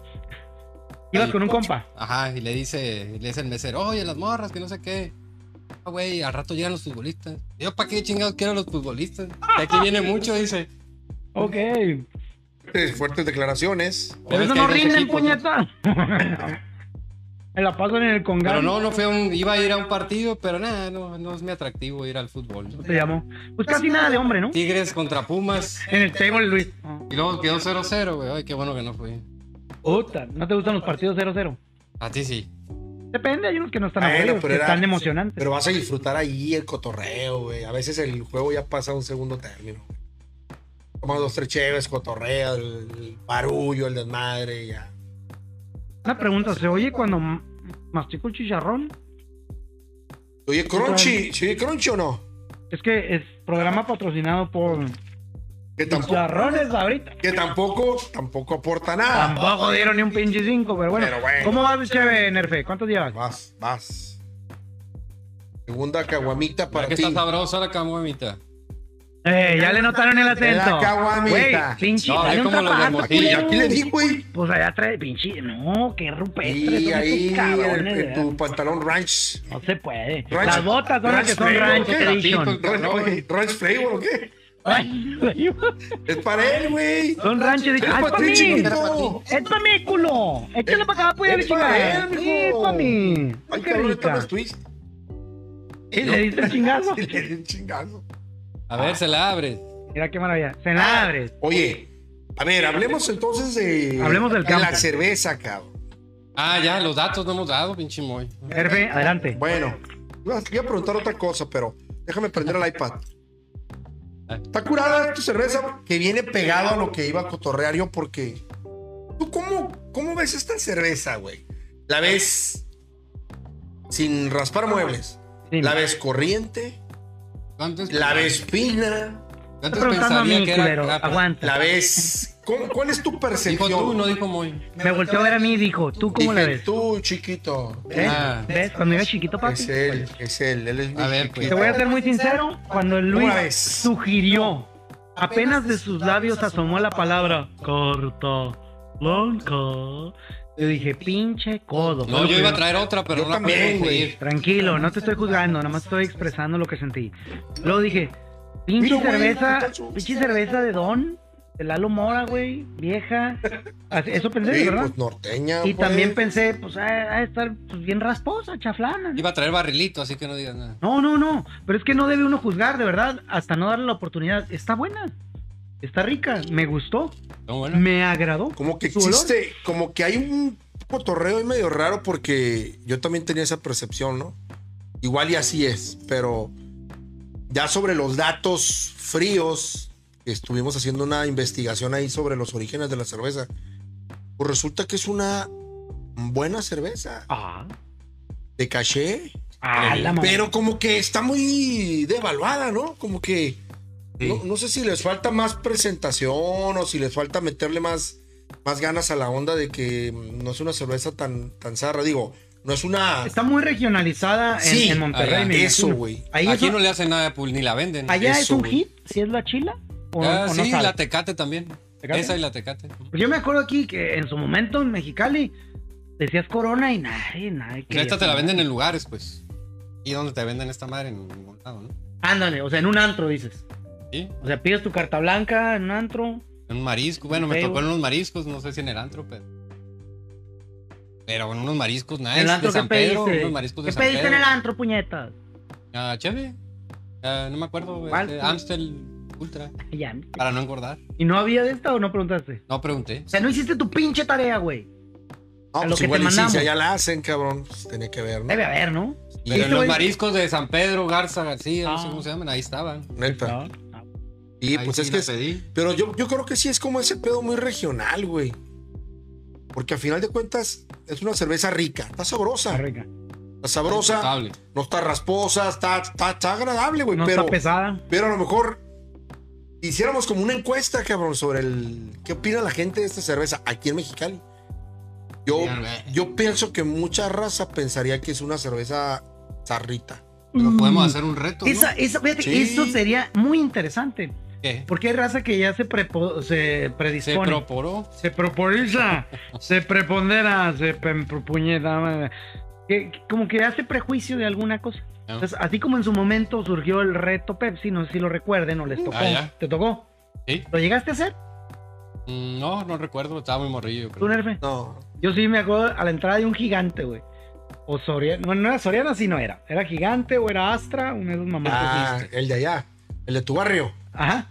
Ibas con un compa. Ajá, y le dice, le dice el mesero, oye, las morras, que no sé qué. Ah, güey, al rato llegan los futbolistas. Yo, ¿para qué chingados quiero a los futbolistas? De aquí viene mucho, dice. Ok. Fuertes- Fuertes declaraciones. Por Pero eso es que no hay dos rinden, equipos, puñeta. Me la pasan en el congal. Pero no, no fue un, iba a ir a un partido, pero nada, no, no es mi atractivo ir al fútbol. Te llamó. Pues casi nada de hombre, ¿no? Tigres contra Pumas. En el table, Luis. Y luego quedó 0-0, güey. Ay, qué bueno que no fui. Puta, ¿no te gustan los partidos 0-0? A ti sí. Depende, hay unos que no están Bueno, aburridos, pero que era- están emocionantes. Pero vas a disfrutar ahí el cotorreo, güey. A veces el juego ya pasa a un segundo término. güey. Tomas dos, tres cheves, cotorreo, el, el barullo, el desmadre, ya. Una pregunta, ¿se oye cuando m- mastico el chicharrón? Oye, Crunchy, ¿se oye Crunchy o no? Es que es programa patrocinado por Que tampoco, Chicharrones ahorita. que tampoco, tampoco aporta nada. Tampoco dieron ni un pinche cinco, pero bueno. Pero bueno. ¿Cómo vas, Cheve, Nerfe? ¿Cuántos llevas? Vas, vas. Segunda caguamita para Para que ti. está sabrosa la camuemita. Eh, ya le notaron el La acento. Güey, caguamita. pinche, No, es dale un como los de trapazo, Hermosillo. Y culero. aquí le di, güey. Pues allá trae, pinche, no, qué rupestre. son Y estos ahí, en, cabrones, en ¿verdad? tu pantalón ranch. No se puede. Ranch- Las botas son las que Ranch son Flavor, Ranch ¿qué? Edition. Ratito. ¿Ranch, ranch flavor o qué? Ay, güey, Es para él, güey. Son Ranch Edition. Es ¡Ah, es para para ti, mí! chiquito. ¡Es pa' mí, culo! ¡Échale para acá, pues, es mi para chingada! él, ¡Sí, Eh, mijo. es pa' mí! Ay, ¡Qué cabrón, están rica! los twists. ¿Y le diste el chingazo? Sí, le di un chingazo. A ver, se la abre. Mira qué maravilla. Cenadres. Oye, a ver, hablemos entonces de. Hablemos del campo. La cerveza, cabrón. Ah, ya, los datos no hemos dado, pinche moy. Ah. Herve, adelante. Bueno, iba a iba a preguntar otra cosa, pero déjame prender el iPad. Está curada tu cerveza que viene pegado a lo que iba a cotorrear yo, porque. ¿Tú cómo, cómo ves esta cerveza, güey? ¿La ves sin raspar muebles? Sí. ¿La ves corriente? Antes, ¿La ves fina? antes Estoy preguntando a pensaría mí, que era culero. capa. Aguanta. ¿La ves? ¿Cómo- ¿Cuál es tu Dijo percepción? tú, no dijo moy. Me volteó a ver a mí y dijo, ¿tú cómo la Dije, ves? tú, chiquito. ¿Eh? Ah. ¿Ves? Cuando era chiquito, papi. Es él, es él, él es mi A ver, pues. Te chiquito. voy a ser muy sincero, cuando el Luis Una vez. sugirió, apenas de sus labios asomó la palabra corta, blanca, yo dije, pinche codo. No, yo iba a traer otra, pero Yo no la puedo también, güey. conseguir. Tranquilo, no te estoy juzgando, nada más estoy expresando lo que sentí. Luego dije, pinche Mira, güey, cerveza, muchacho. pinche cerveza de Don, de Lalo Mora, güey, vieja. Así- Eso pensé, Sí, ¿verdad? pues norteña. Y pues. también pensé, pues, ha ha de estar pues, bien rasposa, chaflana. ¿no? Iba a traer barrilito, así que no digas nada. No, no, no. Pero es que no debe uno juzgar, de verdad, hasta no darle la oportunidad. Está buena. Está rica, me gustó, Está bueno. me agradó. Como que su olor. existe, como que hay un cotorreo ahí medio raro porque yo también tenía esa percepción, ¿no? Igual y así es, pero ya sobre los datos fríos, estuvimos haciendo una investigación ahí sobre los orígenes de la cerveza. Pues resulta que es una buena cerveza Ah, de caché, ah, la madre. pero como que está muy devaluada, ¿no? Como que Sí. no, no sé si les falta más presentación o si les falta meterle más, más ganas a la onda de que mm, no es una cerveza tan, tan zarra. Digo, no es una. Está muy regionalizada en, Sí, en Monterrey, allá, me eso, imagino. güey. Ahí Aquí es- no le hacen nada, pues ni la venden. allá es eso, un güey. hit, si es la chila o, Ah, o no sí, sabe? la tecate también. ¿Tecate? Esa y la tecate. Pues Pues yo me acuerdo aquí que en su momento en Mexicali decías Corona y nada, y nada. y que- Pues esta te la venden en lugares, pues. ¿Y dónde te venden esta madre? En ningún lado, ¿no? Ándale, o sea, en un antro dices. Sí, O sea, pides tu carta blanca en un antro. en un marisco. Bueno, me Ok, tocó güey. en unos mariscos, no sé si en el antro, pero. Pero en unos mariscos, nice. ¿En el antro Ah, de San qué Pedro, pediste? unos mariscos de ¿Qué San pediste Pedro. en el antro, puñetas? Ah, chévere. Ah, no me acuerdo. ¿Cuál? este, Amstel Ultra. Ya. Para no engordar. ¿Y no había de esta o no preguntaste? No pregunté. O sea, no hiciste tu pinche tarea, güey. Ah, a lo pues que te igual y sí, mandamos. si allá la hacen, cabrón. pues, tiene que ver, ¿no? Debe haber, ¿no? Y Pero en los güey. mariscos de San Pedro, Garza, García, no sé Ah. cómo se llaman, ahí estaban. neta. Ah, Y Ahí pues sí es la que. es- pedí. Pero yo, yo creo que sí es como ese pedo muy regional, güey. Porque al final de cuentas es una cerveza rica. Está está sabrosa. rica. Está sabrosa. Estable. No está rasposa. Está, está, está agradable, güey. No pero, está pesada. Pero a lo mejor hiciéramos como una encuesta, cabrón, sobre el qué opina la gente de esta cerveza aquí en Mexicali. Yo, Sí, yo pienso que mucha raza pensaría que es una cerveza zarrita. Pero podemos Mm. hacer un reto, ¿no? Esa, esa, fíjate, Sí. eso sería muy interesante. ¿Qué? Porque hay raza que ya se, prepo- se Se predispone. proporó. Se proponiza, se prepondera, se pe- propuñeda. Que, que como que hace prejuicio de alguna cosa. Ah. Entonces, así como en su momento surgió el reto Pepsi, no sé si lo recuerden o les tocó. Ah, ya. ¿Te tocó? Sí. ¿Lo llegaste a hacer? Mm, No, no recuerdo, estaba muy morrillo. yo ¿Tú, creo. Nerfe? No. Yo sí me acuerdo a la entrada de un gigante, güey. O Soriana. Bueno, no era Soriana, sí no era. Era gigante o era Astra, una de esas mamás. Ah, el de allá. El de tu barrio. Ajá.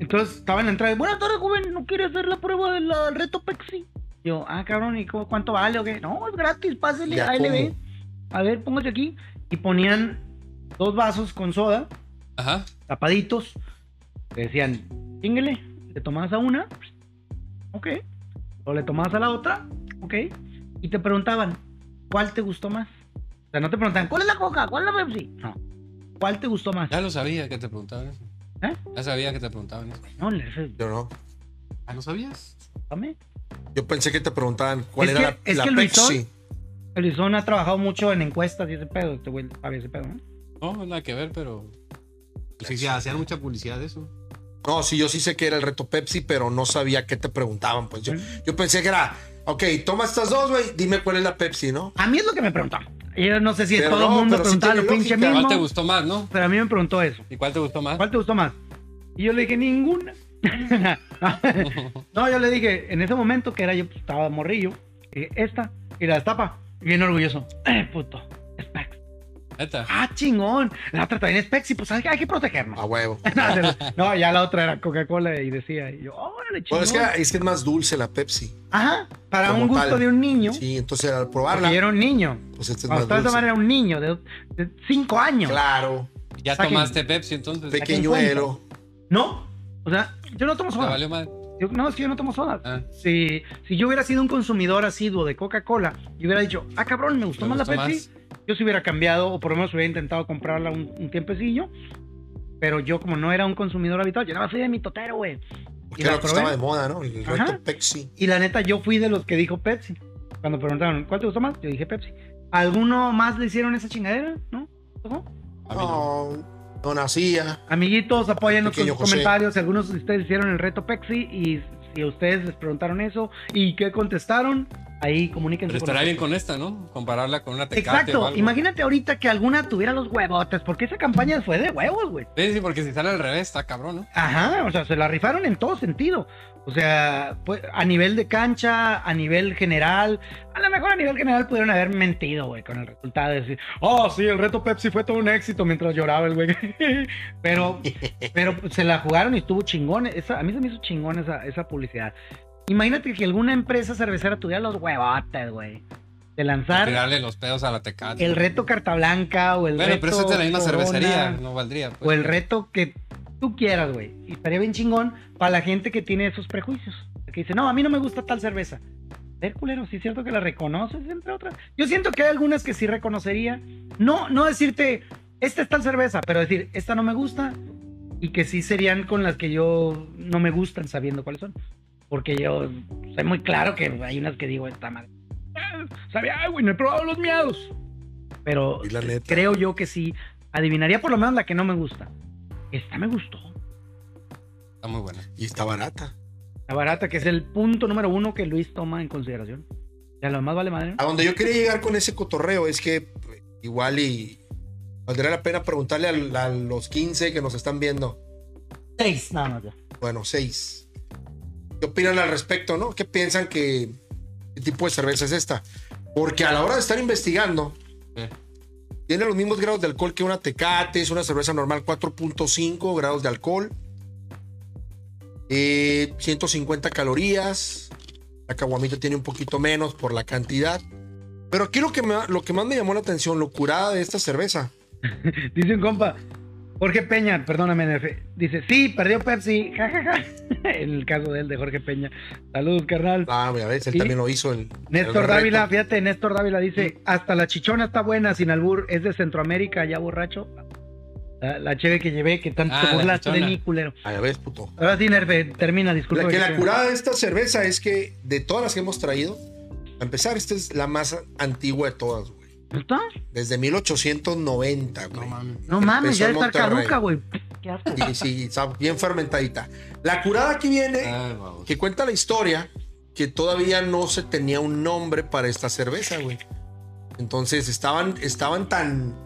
Entonces estaba en la entrada. Buenas tardes, joven. ¿No quiere hacer la prueba del ah, reto Pepsi? Yo, ah, cabrón, ¿y cómo- cuánto vale o qué? No, es gratis, pásele, Ya, ahí le ve. ¿cómo? A ver, póngase aquí. Y ponían dos vasos con soda, Ajá. tapaditos. Le decían, chingale, le tomabas a una, ok. O le tomabas a la otra, ok. Y te preguntaban, ¿cuál te gustó más? O sea, no te preguntaban, ¿cuál es la coca? ¿Cuál es la Pepsi? No. ¿Cuál te gustó más? Ya lo sabía que te preguntaban eso. ¿Eh? Ya sabía que te preguntaban eso. No, le dije, Yo no. ¿Ah, no sabías? "Dame". Yo pensé que te preguntaban cuál Es era que- la, es la que el Pepsi. Luisón- Elizón ha trabajado mucho en encuestas y ese pedo, este güey sabe ese pedo, ¿no? No, nada que ver, pero. Pues Sí, sí, hacían mucha publicidad de eso. No, sí, yo sí sé que era el reto Pepsi, pero no sabía qué te preguntaban. Pues yo, Ujú. yo pensé que era, ok, toma estas dos, güey, dime cuál es la Pepsi, ¿no? A mí es lo que me preguntaron. Yo no sé si Pero todo no, el mundo pero sí preguntaba tiene lo pinche lógica. ¿Cuál te mismo, gustó más, no? pero a mí me preguntó eso. ¿Y cuál te gustó más? ¿Cuál te gustó más? Y yo le dije, ninguna. no, yo le dije, en ese momento que era yo, pues, estaba morrillo, y dije, esta, y la destapa, bien orgulloso. Eh, puto, es Pepsi. Neta. Ah, chingón. La otra también es Pepsi, pues hay, hay que protegernos. A huevo. no, ya la otra era Coca-Cola y decía, y yo, órale, chingón. Bueno, Pues es que, es que es más dulce la Pepsi. Ajá, para Como un gusto tal. de un niño. Sí, entonces al Porque yo probarla, era un niño. pues este es Cuando más estaba de tomar dulce. era un niño de 5 años. Claro, Ya saquen- tomaste Pepsi entonces. Pe- pequeñuelo. ¿No? O sea, yo no tomo ¿Te soda. valió más? Yo- no, es que yo no tomo soda. Ah, Si, si yo hubiera sido un consumidor asiduo de Coca-Cola y hubiera dicho, ah, cabrón, me gustó me más gustó la Pepsi, yo se hubiera cambiado o por lo menos hubiera intentado comprarla un, un tiempecillo. Pero yo, como no era un consumidor habitual, yo nada más fui de mi totero, güey. Porque la era lo que probé. estaba de moda, ¿no? El reto Ajá. Pepsi. Y la neta, yo fui de los que dijo Pepsi. Cuando preguntaron, ¿cuál te gustó más? Yo dije Pepsi. ¿Alguno más le hicieron esa chingadera? ¿No? ¿No? A mí no. No, no nacía. Amiguitos, apoyen con Pequeño sus José. comentarios. Algunos de ustedes hicieron el reto Pepsi y si a ustedes les preguntaron eso y qué contestaron, Ahí comuníquense. Pero con estará bien nosotros. con esta, ¿no? Compararla con una tecate o Exacto, algo. imagínate ahorita que alguna tuviera los huevotes, porque esa campaña fue de huevos, güey. Sí, sí, porque si sale al revés, está cabrón, ¿no? Ajá, o sea, se la rifaron en todo sentido. O sea, pues, a nivel de cancha, a nivel general, a lo mejor a nivel general pudieron haber mentido, güey, con el resultado de decir, oh, sí, el reto Pepsi fue todo un éxito mientras lloraba el güey. pero, pero se la jugaron y estuvo chingón. Esa, a mí se me hizo chingón esa, esa publicidad. Imagínate que alguna empresa cervecera tuviera los huevotes, güey, de lanzar Tirarle los pedos a la tecate. el reto Carta Blanca o el bueno, reto. pero esa es de la misma Corona. cervecería, no valdría. pues. O el reto que tú quieras, güey. Y estaría bien chingón para la gente que tiene esos prejuicios. Que dice, no, a mí no me gusta tal cerveza. A ver, culero, sí es cierto que la reconoces, entre otras. Yo siento que hay algunas que sí reconocería. No, no decirte, esta es tal cerveza, pero decir, esta no me gusta. Y que sí serían con las que yo no me gustan sabiendo cuáles son. Porque yo soy muy claro que hay unas que digo, esta madre. "Ah, Sabía, ay, güey, no he probado los miados. Pero Y la neta. creo yo que sí. Adivinaría por lo menos la que no me gusta. Esta me gustó. Está muy buena. Y está barata. La barata, que es el punto número uno que Luis toma en consideración. O sea, lo más vale madre. ¿no? A donde yo quería llegar con ese cotorreo es que pues, igual y valdría la pena preguntarle al- a, los 15 que nos están viendo. Seis, nada más ya. Bueno, 6. ¿Qué opinan al respecto, no? ¿Qué piensan que qué tipo de cerveza es esta? Porque a la hora de estar investigando, Sí. tiene los mismos grados de alcohol que una Tecate, es una cerveza normal 4.5 grados de alcohol, eh, 150 calorías, la caguamita tiene un poquito menos por la cantidad. Pero aquí lo que, me- lo que más me llamó la atención, lo curada de esta cerveza, Dice un compa, Jorge Peña, perdóname, NF, dice, sí, perdió Pepsi, jajaja. En el caso de él, de Jorge Peña. Saludos, carnal. ah, mira, ves, él ¿Y? también lo hizo el... Néstor el Dávila, reto. fíjate, Néstor Dávila dice, hasta la chichona está buena, sin albur, es de Centroamérica, ya borracho. La, la cheve que llevé, que tanto Ah, la burlaste de chichona. mí, culero. Ah, ya ves, puto. Ahora sí, Nerfe, termina, Pues disculpa. La, que la te- curada de esta cerveza es que de todas las que hemos traído, a empezar, esta es la más antigua de todas, güey. ¿Neta? Desde 1890, No güey. mames. No mames, Empezó ya en está Monterrey. caduca, güey. Qué asco. Y sí, está bien fermentadita. La curada que viene, Ay, vamos. que cuenta la historia, que todavía no se tenía un nombre para esta cerveza, güey. Entonces estaban, estaban tan,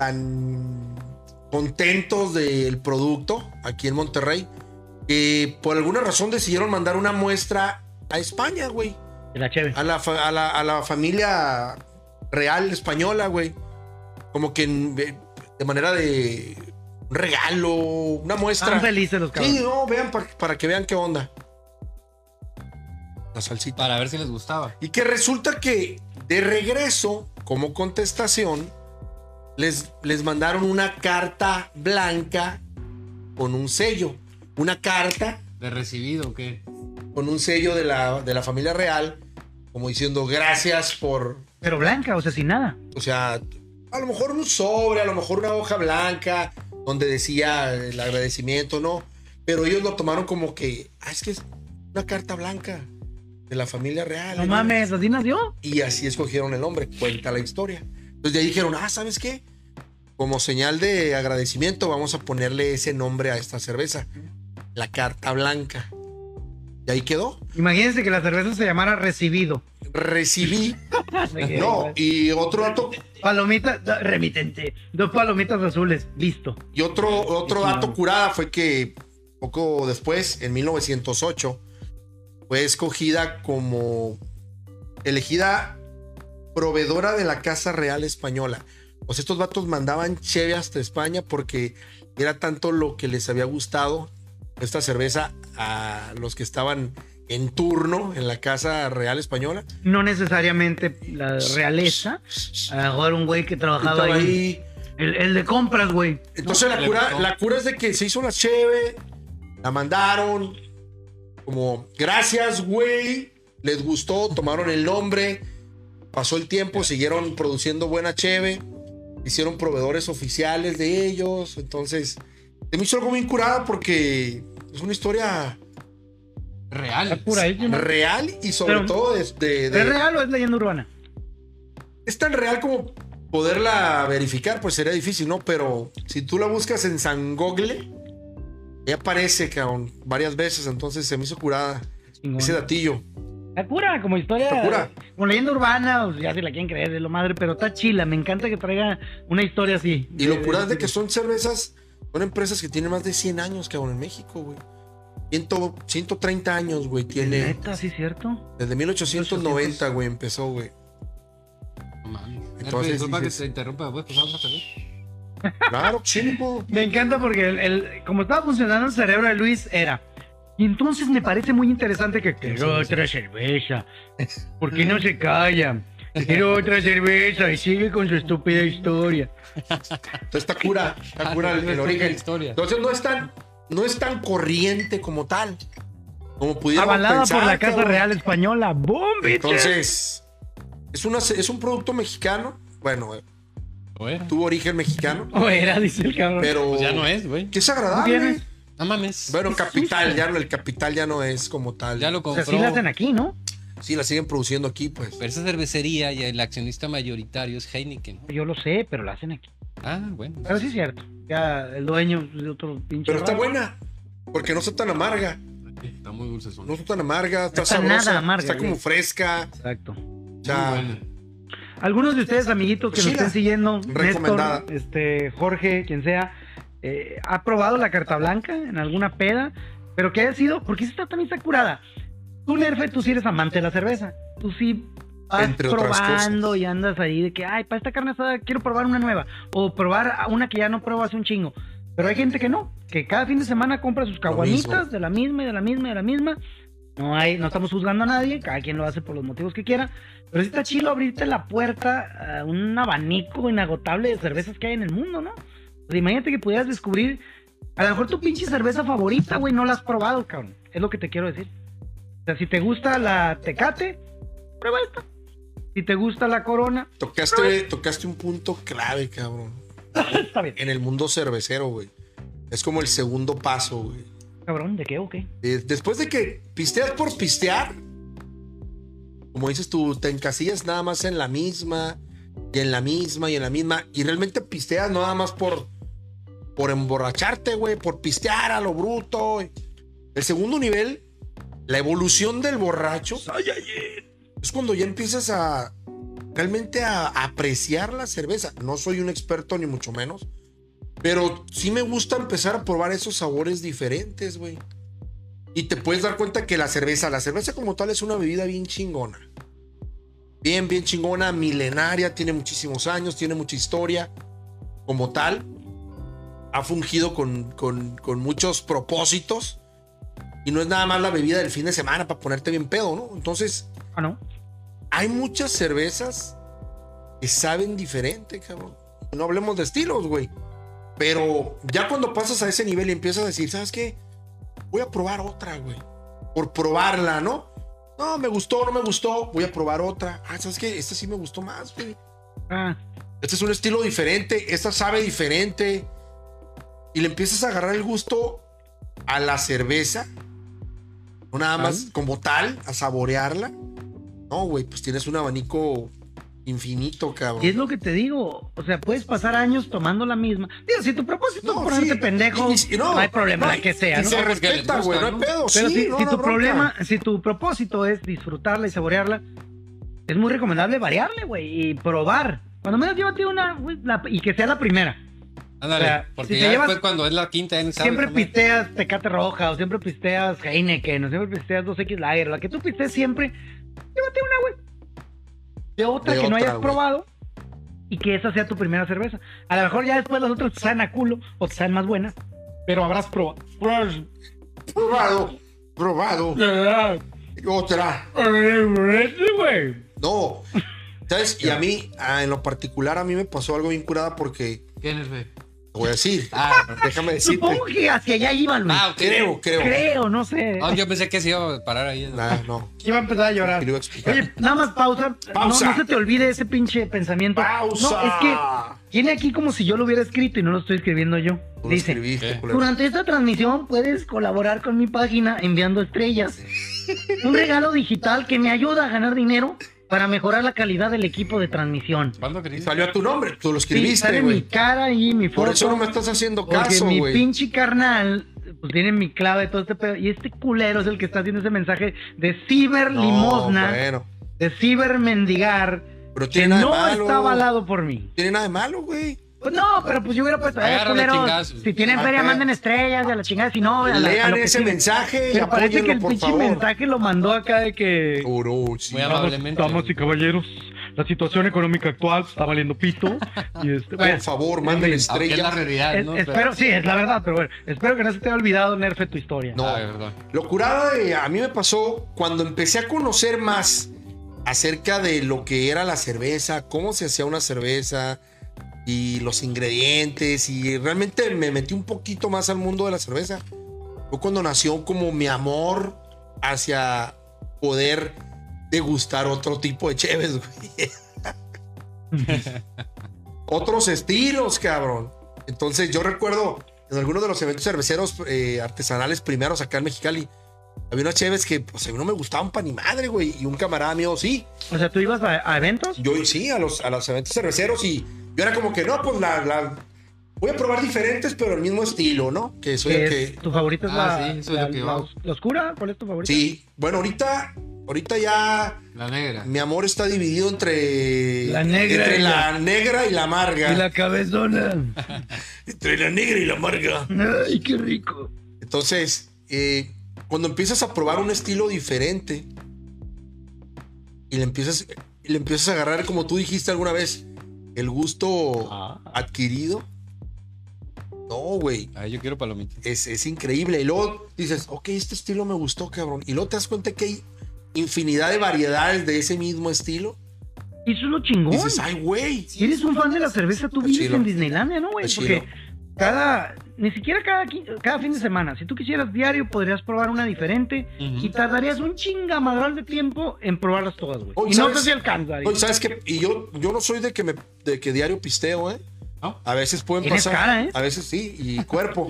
tan contentos del producto aquí en Monterrey que por alguna razón decidieron mandar una muestra a España, güey. De la cheve. a la, fa- a la, a la familia real española, güey. Como que en- de de manera de un regalo, una muestra. Están felices los Sí, cabrones. no, vean pa- para, que vean qué onda. La salsita. Para ver si les gustaba. Y que resulta que de regreso, como contestación, les, les mandaron una carta blanca con un sello. Una carta ¿De recibido o qué? con un sello de la, de la familia real, como diciendo gracias por, Pero blanca, o sea, sin nada. O sea, a lo mejor un sobre, a lo mejor una hoja blanca donde decía el agradecimiento, ¿no? Pero ellos lo tomaron como que, ah, es que es una carta blanca de la familia real. No ¿eh? mames, así nació. Y así escogieron el nombre, cuenta la historia. Entonces de ahí dijeron, ah, ¿sabes qué? Como señal de agradecimiento vamos a ponerle ese nombre a esta cerveza, la carta blanca. Y ahí quedó. Imagínense que la cerveza se llamara recibido. Recibí, no, y otro dato Palomita, da- remitente. Dos palomitas azules, listo. Y otro, otro dato curada fue que poco después, en 1908, fue escogida como elegida proveedora de la Casa Real Española. O sea, estos vatos mandaban cheve hasta España porque era tanto lo que les había gustado esta cerveza a los que estaban en turno en la Casa Real Española. No necesariamente la realeza. A lo mejor un güey que trabajaba Estaba ahí. ahí El, el de compras, güey. Entonces la, le cura, gustó. la cura es de que se hizo una cheve, la mandaron, como gracias, güey, les gustó, tomaron el nombre, pasó el tiempo, siguieron produciendo buena cheve, hicieron proveedores oficiales de ellos, entonces se me hizo algo bien curada porque es una historia Real. real y sobre Pero- todo de- de- de- ¿Es real o es leyenda urbana? es tan real como poderla verificar, pues sería difícil, ¿no? Pero si tú la buscas en San Google, ya aparece, cabrón, varias veces, entonces se me hizo curada Chingón. ese datillo. Sakura, como historia. Sakura. Como leyenda urbana, o sea, ya si la quieren creer, es lo madre, pero está chila. Me encanta que traiga una historia así. Y lo curado es de que son cervezas, son empresas que tienen más de 100 años, cabrón, en México, güey. 100 130 años, güey, tiene. Neta, sí, cierto. Desde 1890, güey, empezó, güey. No mames. Entonces, Pepe, disculpa que dices- se interrumpa, pues, ¿puedes pasar otra vez? Claro, chingo. Me encanta porque el, el- como estaba funcionando el cerebro de Luis era. Y entonces me parece muy interesante que quiero otra cerveza. ¿Por qué no se calla? Quiero otra cerveza y sigue con su estúpida historia. Entonces está cura, Ah, está cura el, el origen. origen. historia. Entonces no es tan, no es tan corriente como tal. Como pudiera Avalada por la Casa real Real Española. ¡Boom, bitches! Entonces, es, una, es un producto mexicano. Bueno, eh, Bueno, tuvo origen mexicano, O era, dice el cabrón. pero. pues ya no es, güey. Que es ¿Tienes? agradable. No mames. Oh. Bueno, capital, ya no, el capital ya no es como tal. ya lo O compró. sea, sí la hacen aquí, ¿no? Sí, la siguen produciendo aquí, pues. Pero esa cervecería y el accionista mayoritario es Heineken. Yo lo sé, pero la hacen aquí. Ah, bueno. Pero sí es cierto. Ya el dueño de otro pinche. Pero está raro. buena. Porque no está tan amarga. Está muy dulce No está tan amarga. Está, No está sabrosa. nada amarga, Está como güey. fresca. Exacto. O sea, Algunos de ustedes, amiguitos que nos Chila. estén siguiendo, Recomendada. Néstor, este, Jorge, quien sea, eh, ha probado la carta blanca en alguna peda, pero que haya sido, porque esta también está curada. Tú, Nerfe, tú sí eres amante de la cerveza. Tú sí vas Entre otras probando cosas. y andas ahí de que, ay, para esta carne asada quiero probar una nueva. O probar a una que ya no pruebo hace un chingo. Pero hay gente que no, que cada fin de semana compra sus caguamitas mismo. de la misma y de la misma y de la misma. No hay, no estamos juzgando a nadie, cada quien lo hace por los motivos que quiera. Pero sí está chido abrirte la puerta a un abanico inagotable de cervezas que hay en el mundo, ¿no? O sea, imagínate que pudieras descubrir, a lo mejor tu pinche cerveza favorita, güey, no la has probado, cabrón. Es lo que te quiero decir. O sea, si te gusta la Tecate, prueba esta. Si te gusta la Corona, tocaste, tocaste un punto clave, cabrón. está bien. En el mundo cervecero, güey. Es como el segundo paso, güey. Cabrón, ¿de qué o qué? Eh, Después de que pisteas por pistear, como dices tú, te encasillas nada más en la misma, y en la misma, y en la misma, y realmente pisteas nada más por, por emborracharte, güey, por pistear a lo bruto. güey. El segundo nivel, la evolución del borracho, es cuando ya empiezas a realmente a apreciar la cerveza. No soy un experto, ni mucho menos, pero sí me gusta empezar a probar esos sabores diferentes, güey. Y te puedes dar cuenta que la cerveza, la cerveza como tal es una bebida bien chingona. Bien, bien chingona, milenaria, tiene muchísimos años, tiene mucha historia. Como tal, ha fungido con, con- con muchos propósitos. Y no es nada más la bebida del fin de semana para ponerte bien pedo, ¿no? Entonces, Ah, no. hay muchas cervezas que saben diferente, cabrón. No hablemos de estilos, güey. Pero ya cuando pasas a ese nivel y empiezas a decir, ¿sabes qué? Voy a probar otra, güey. Por probarla, ¿no? No, me gustó, no me gustó. Voy a probar otra. Ah, ¿sabes qué? Esta sí me gustó más, güey. Ah, Este es un estilo diferente, esta sabe diferente. Y le empiezas a agarrar el gusto a la cerveza. No nada más como tal, a saborearla. No, güey, pues tienes un abanico infinito, cabrón. y es lo que te digo. O sea, puedes pasar años tomando la misma. Digo, si tu propósito No, es ponerte sí. pendejo, Y- y- y no, hay problema, no, la que sea, y ¿no? se Porque les respeta, gusta, güey, no hay ¿no? pedo. Pero sí, si, si no, no tu hay bronca. problema, si tu propósito es disfrutarla y saborearla, es muy recomendable variarle, güey, y probar. Cuando menos llévate una güey, la- y que sea la primera. Ándale, O sea, porque si te ya llevas- después cuando es la quinta ya ni sabes, siempre no mames. pisteas Tecate Roja, o siempre pisteas Heineken, o siempre pisteas 2X Lager, la que tú pistees siempre, llévate una, güey. De otra De que no otra, hayas güey. probado y que esa sea tu primera cerveza. A lo mejor ya después las otras te salen a culo o te salen más buenas, pero habrás probado. Probado, probado. Otra. No. ¿Sabes? Y a mí, ah, en lo particular, a mí me pasó algo bien curada porque, ¿Quién es, güey? te voy a decir, Ah, déjame decirte. Supongo que hacia allá iban, Luis. ah, ok. Creo, creo. Creo, no sé. Ah, yo pensé que se iba a parar ahí. Nah, no. Iba a empezar a llorar. Y lo iba a explicar. Oye, nada más pausa. Pausa. No, no se te olvide ese pinche pensamiento. Pausa. No, es que Tiene aquí como si yo lo hubiera escrito y no lo estoy escribiendo yo. Tú lo Dice, escribiste, ¿Qué? culero. durante esta transmisión puedes colaborar con mi página enviando estrellas. Un regalo digital que me ayuda a ganar dinero para mejorar la calidad del equipo de transmisión. ¿Cuándo querías? Salió a tu nombre, tú lo Sí, escribiste, sale mi güey. cara y mi foto. Por eso no me estás haciendo porque caso, mi güey. pinche carnal pues tiene mi clave, todo este pedo. Y este culero es el que está haciendo ese mensaje de ciberlimosna, No, bueno. de cibermendigar, Pero que tiene nada de no malo. está avalado por mí. Tiene nada de malo, güey. Pues no, pero pues yo hubiera puesto, eh, Agárrale culeros, chingazos. si tienen Ah, feria, pero- manden estrellas y a la chingada, si no, a la, a Lean lo que ese sigue. mensaje y Pero parece que apóyenlo, el por pinche favor. mensaje lo mandó acá de que... Seguro, sí. Muy amablemente. Damas y caballeros, la situación económica actual está valiendo pito. Y este, Por bueno, favor, manden Aunque es la estrellas. realidad, es- ¿no? espero, sí, es la verdad, pero bueno, espero que no se te haya olvidado, Nerfe, tu historia. No. Ah, verdad. Lo curada de- a mí me pasó cuando empecé a conocer más acerca de lo que era la cerveza, cómo se hacía una cerveza y los ingredientes y realmente me metí un poquito más al mundo de la cerveza. Fue cuando nació como mi amor hacia poder degustar otro tipo de cheves, güey. Otros estilos, cabrón. Entonces yo recuerdo en algunos de los eventos cerveceros eh, artesanales primeros acá en Mexicali, había unas cheves que pues a mí no me gustaban para ni madre, güey. Y un camarada mío, sí, O sea, ¿tú ibas a, a eventos? yo sí, a los, a los eventos cerveceros y yo era como que no, pues la, la- voy a probar diferentes, pero el mismo estilo, ¿no? Que soy Que el es- que... ¿Tu favorita es Ah, la, sí, eso es la- lo que la va. os- la oscura? ¿Cuál es tu favorita? Sí, bueno, ahorita, ahorita ya La negra. mi amor está dividido entre La negra entre y la, la- negra y la amarga. Y la cabezona. Entre la negra y la amarga. Ay, qué rico. Entonces, eh, cuando empiezas a probar un estilo diferente y le empiezas, y le empiezas a agarrar, como tú dijiste alguna vez, el gusto adquirido. No, güey. Ah, yo quiero palomitas. Es, es increíble. Y luego dices, ok, este estilo me gustó, cabrón. Y luego te das cuenta que hay infinidad de variedades de ese mismo estilo. Y eso es lo Y chingón. dices, "Ah, ay, güey. Si eres un fan de la cerveza, tú Está vives chido. en Disneylandia, ¿no, güey? Está Porque chido. cada, ni siquiera cada, qui- cada fin de semana, si tú quisieras diario, podrías probar una diferente y tardarías un chingamadral de tiempo en probarlas todas, güey. Oye, Y no ¿sabes? sé si alcanza. Oye, ¿sabes qué? Y yo, yo no soy de que, me, de que diario pisteo, ¿eh? ¿No? A veces pueden Tienes pasar. cara, ¿eh? A veces sí, y cuerpo.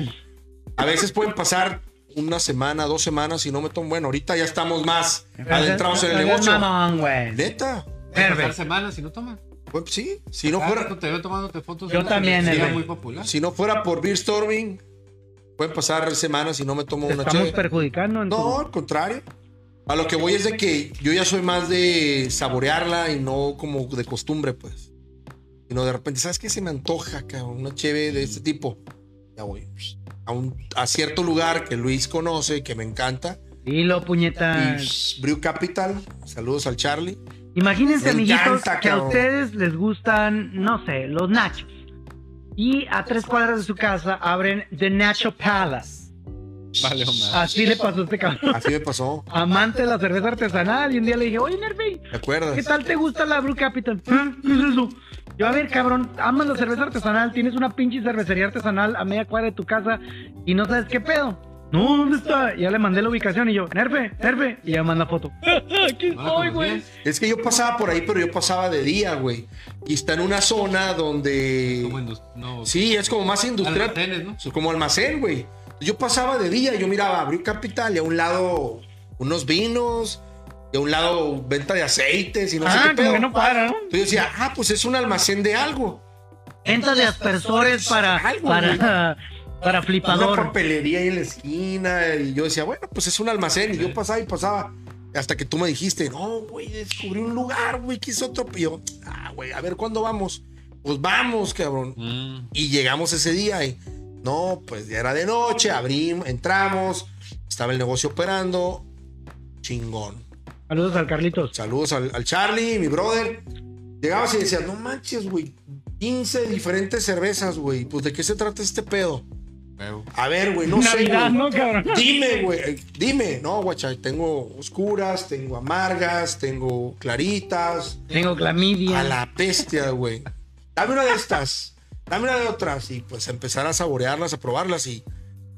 A veces pueden pasar una semana, dos semanas y no me tomo. Bueno, ahorita ya estamos más adentrados en el negocio. Mamón, güey. Neta. Pueden Perfecto. pasar semanas si no toman. Pues sí, si no Cada fuera, rato te veo tomándote fotos. Yo en una también, televisión Hervé. muy popular. si no fuera por beer storming, pueden pasar semanas y no me tomo Te una estamos cheve. perjudicando en No, tu- al contrario. A lo que voy es de que yo ya soy más de saborearla y no como de costumbre, pues. Sino de repente, ¿sabes qué? Se me antoja, cabrón, una cheve de este tipo. Ya voy psh, a, un, a cierto lugar que Luis conoce, que me encanta. Dilo, Y puñetas. psh, Brew Capital, saludos al Charlie. Imagínense, Me amiguitos, encanta, que a cabrón. ustedes les gustan, no sé, los nachos. Y a tres cuadras de su casa abren The Nacho Palace. Vale, Omar. Así le pasó a este cabrón. Así me pasó, Amante de la cerveza artesanal. Y un día le dije, oye, Nervi, ¿te acuerdas? ¿qué tal te gusta la Brew Capital? "Ah, ¿Qué es eso? Yo, a ver, cabrón, amas la cerveza artesanal, tienes una pinche cervecería artesanal a media cuadra de tu casa y no sabes qué pedo. No, ¿dónde está? Y Ya le mandé la ubicación y yo, Nerfe, Nerfe. Y ya manda foto. Aquí Ah, ¿No la pues estoy, güey. conocías? Es que yo pasaba por ahí, pero yo pasaba de día, güey. Y está en una zona donde... Como en los- no, Sí, es como más industrial. Almacenes, ¿no? So, Pues, Como almacén, güey. Yo pasaba de día, yo miraba Abrió Capital y a un lado unos vinos, y a un lado venta de aceites y no sé Ah, Pues, qué como pedo. que no para, ¿no? Entonces yo decía, ah, pues es un almacén de algo. Venta de aspersores para, Algo, para, para Una flipador. papelería ahí en la esquina. Y yo decía, bueno, pues es un almacén. Y yo pasaba y pasaba. Hasta que tú me dijiste, no, güey, descubrí un lugar, güey, que es otro. Y yo, ah, güey, a ver, ¿cuándo vamos? Pues vamos, cabrón. Mm. Y llegamos ese día y no, pues ya era de noche, abrimos, entramos, estaba el negocio operando, chingón. Saludos al Carlitos. Saludos al, al Charlie, mi brother. Llegabas y decías, no manches, güey, 15 diferentes cervezas, güey, pues de qué se trata este pedo. Huevo. A ver, güey, no sé. Navidad, güey. ¿no, cabrón? Dime, güey, eh, dime, no, guacha, tengo oscuras, tengo amargas, tengo claritas, Tengo clamidia. a la bestia, güey. Dame una de estas. Dame una de otras. Y pues empezar a saborearlas, a probarlas. Y,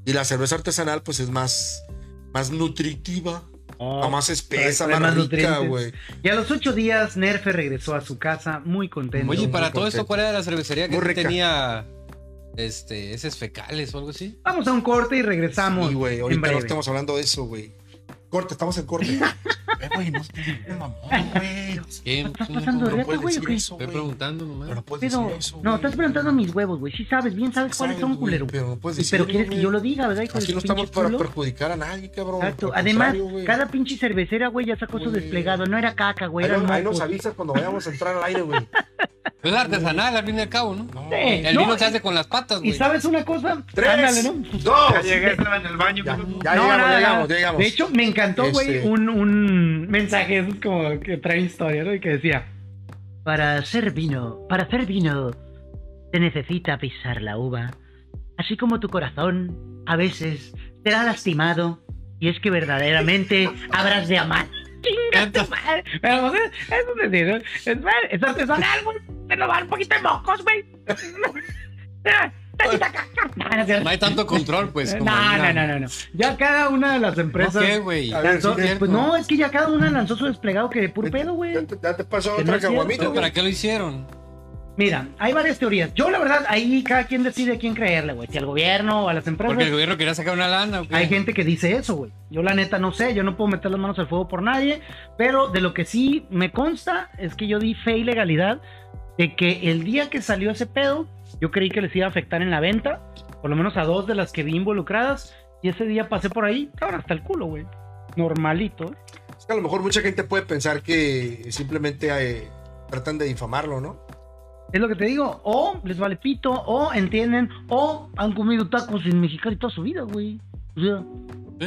y la cerveza artesanal, pues es más, más nutritiva, Oh, más espesa, trae más, más rica, nutrientes. güey. Y a los ocho días, Nerfe regresó a su casa muy contento. Oye, y para muy todo contento. esto, ¿cuál era la cervecería que Muy tú rica. tenía este, heces fecales o algo así? Vamos a un corte y regresamos. Y, güey, en ahorita no breve. estamos hablando de eso, güey. Corte, estamos en corte. Eh, güey, no te digas, mamón, güey. ¿Qué? ¿Estás pasando de No reto, puedes güey, o decir qué? eso, Estoy güey. preguntando nomás. Pero no puedes Pero, decir eso, no, güey. estás preguntando a mis huevos, güey. Sí sabes, bien sabes cuáles Sabes, son, güey, culero. Pero no puedes Y- decir Pero quieres que güey. yo lo diga, ¿verdad? hijo Aquí del no estamos pinche para culo? perjudicar a nadie, cabrón. Exacto. Al Además, contrario, güey. cada pinche cervecera, güey, ya sacó su Güey. desplegado. No era caca, güey. Ahí, Era no- ahí moco. nos avisas cuando vayamos a entrar al aire, güey. Es artesanal, al fin y al cabo, ¿no? No, Sí. El No, vino se y- hace con las patas, ¿Y güey. sabes una cosa? Tres, Ándale, ¿no? dos. Ya llegué, estaba en el baño. Ya, ya cabrón. No, llegamos, nada, ya nada. llegamos, ya llegamos. De hecho, me encantó, güey, Este- un, un mensaje esos como que trae historia, ¿no? Y que decía: Para hacer vino, para hacer vino, se necesita pisar la uva. Así como tu corazón, a veces, será lastimado. Y es que verdaderamente habrás de amar. ¡Chinga tu madre! Pero, pues, es- eso es decir, ¿no? es, bueno, es artesanal, güey. Te lo va un poquito de mocos, güey. Ah, tantita caca. No, no es cierto. No hay tanto control, pues. Eh, No, como una- no, no, no, no. Ya cada una de las No empresas. sé, güey. A ver, lanzó- sí, pues no, es que ya cada una lanzó su desplegado que de puro pedo, Ya güey. te, ya te pasó Que no otra es cierto, caguamita, Entonces, güey. ¿Para qué lo hicieron? Mira, hay varias teorías. Yo, la verdad, ahí cada quien decide a quién creerle, güey. Si al gobierno o a las Porque el empresas. gobierno quería sacar una lana. ¿o qué? Hay gente que dice eso, güey. Yo, la neta, no sé. Yo no puedo meter las manos al fuego por nadie. Pero de lo que sí me consta es que yo di fe y legalidad de que el día que salió ese pedo, yo creí que les iba a afectar en la venta. Por lo menos a dos de las que vi involucradas. Y ese día pasé por ahí, cabrón, hasta el culo, güey. Normalito, ¿eh? Es que a lo mejor mucha gente puede pensar que simplemente eh, tratan de difamarlo, ¿no? Es lo que te digo. O les vale pito, o entienden, o han comido tacos en Mexicali toda su vida, güey. O sea,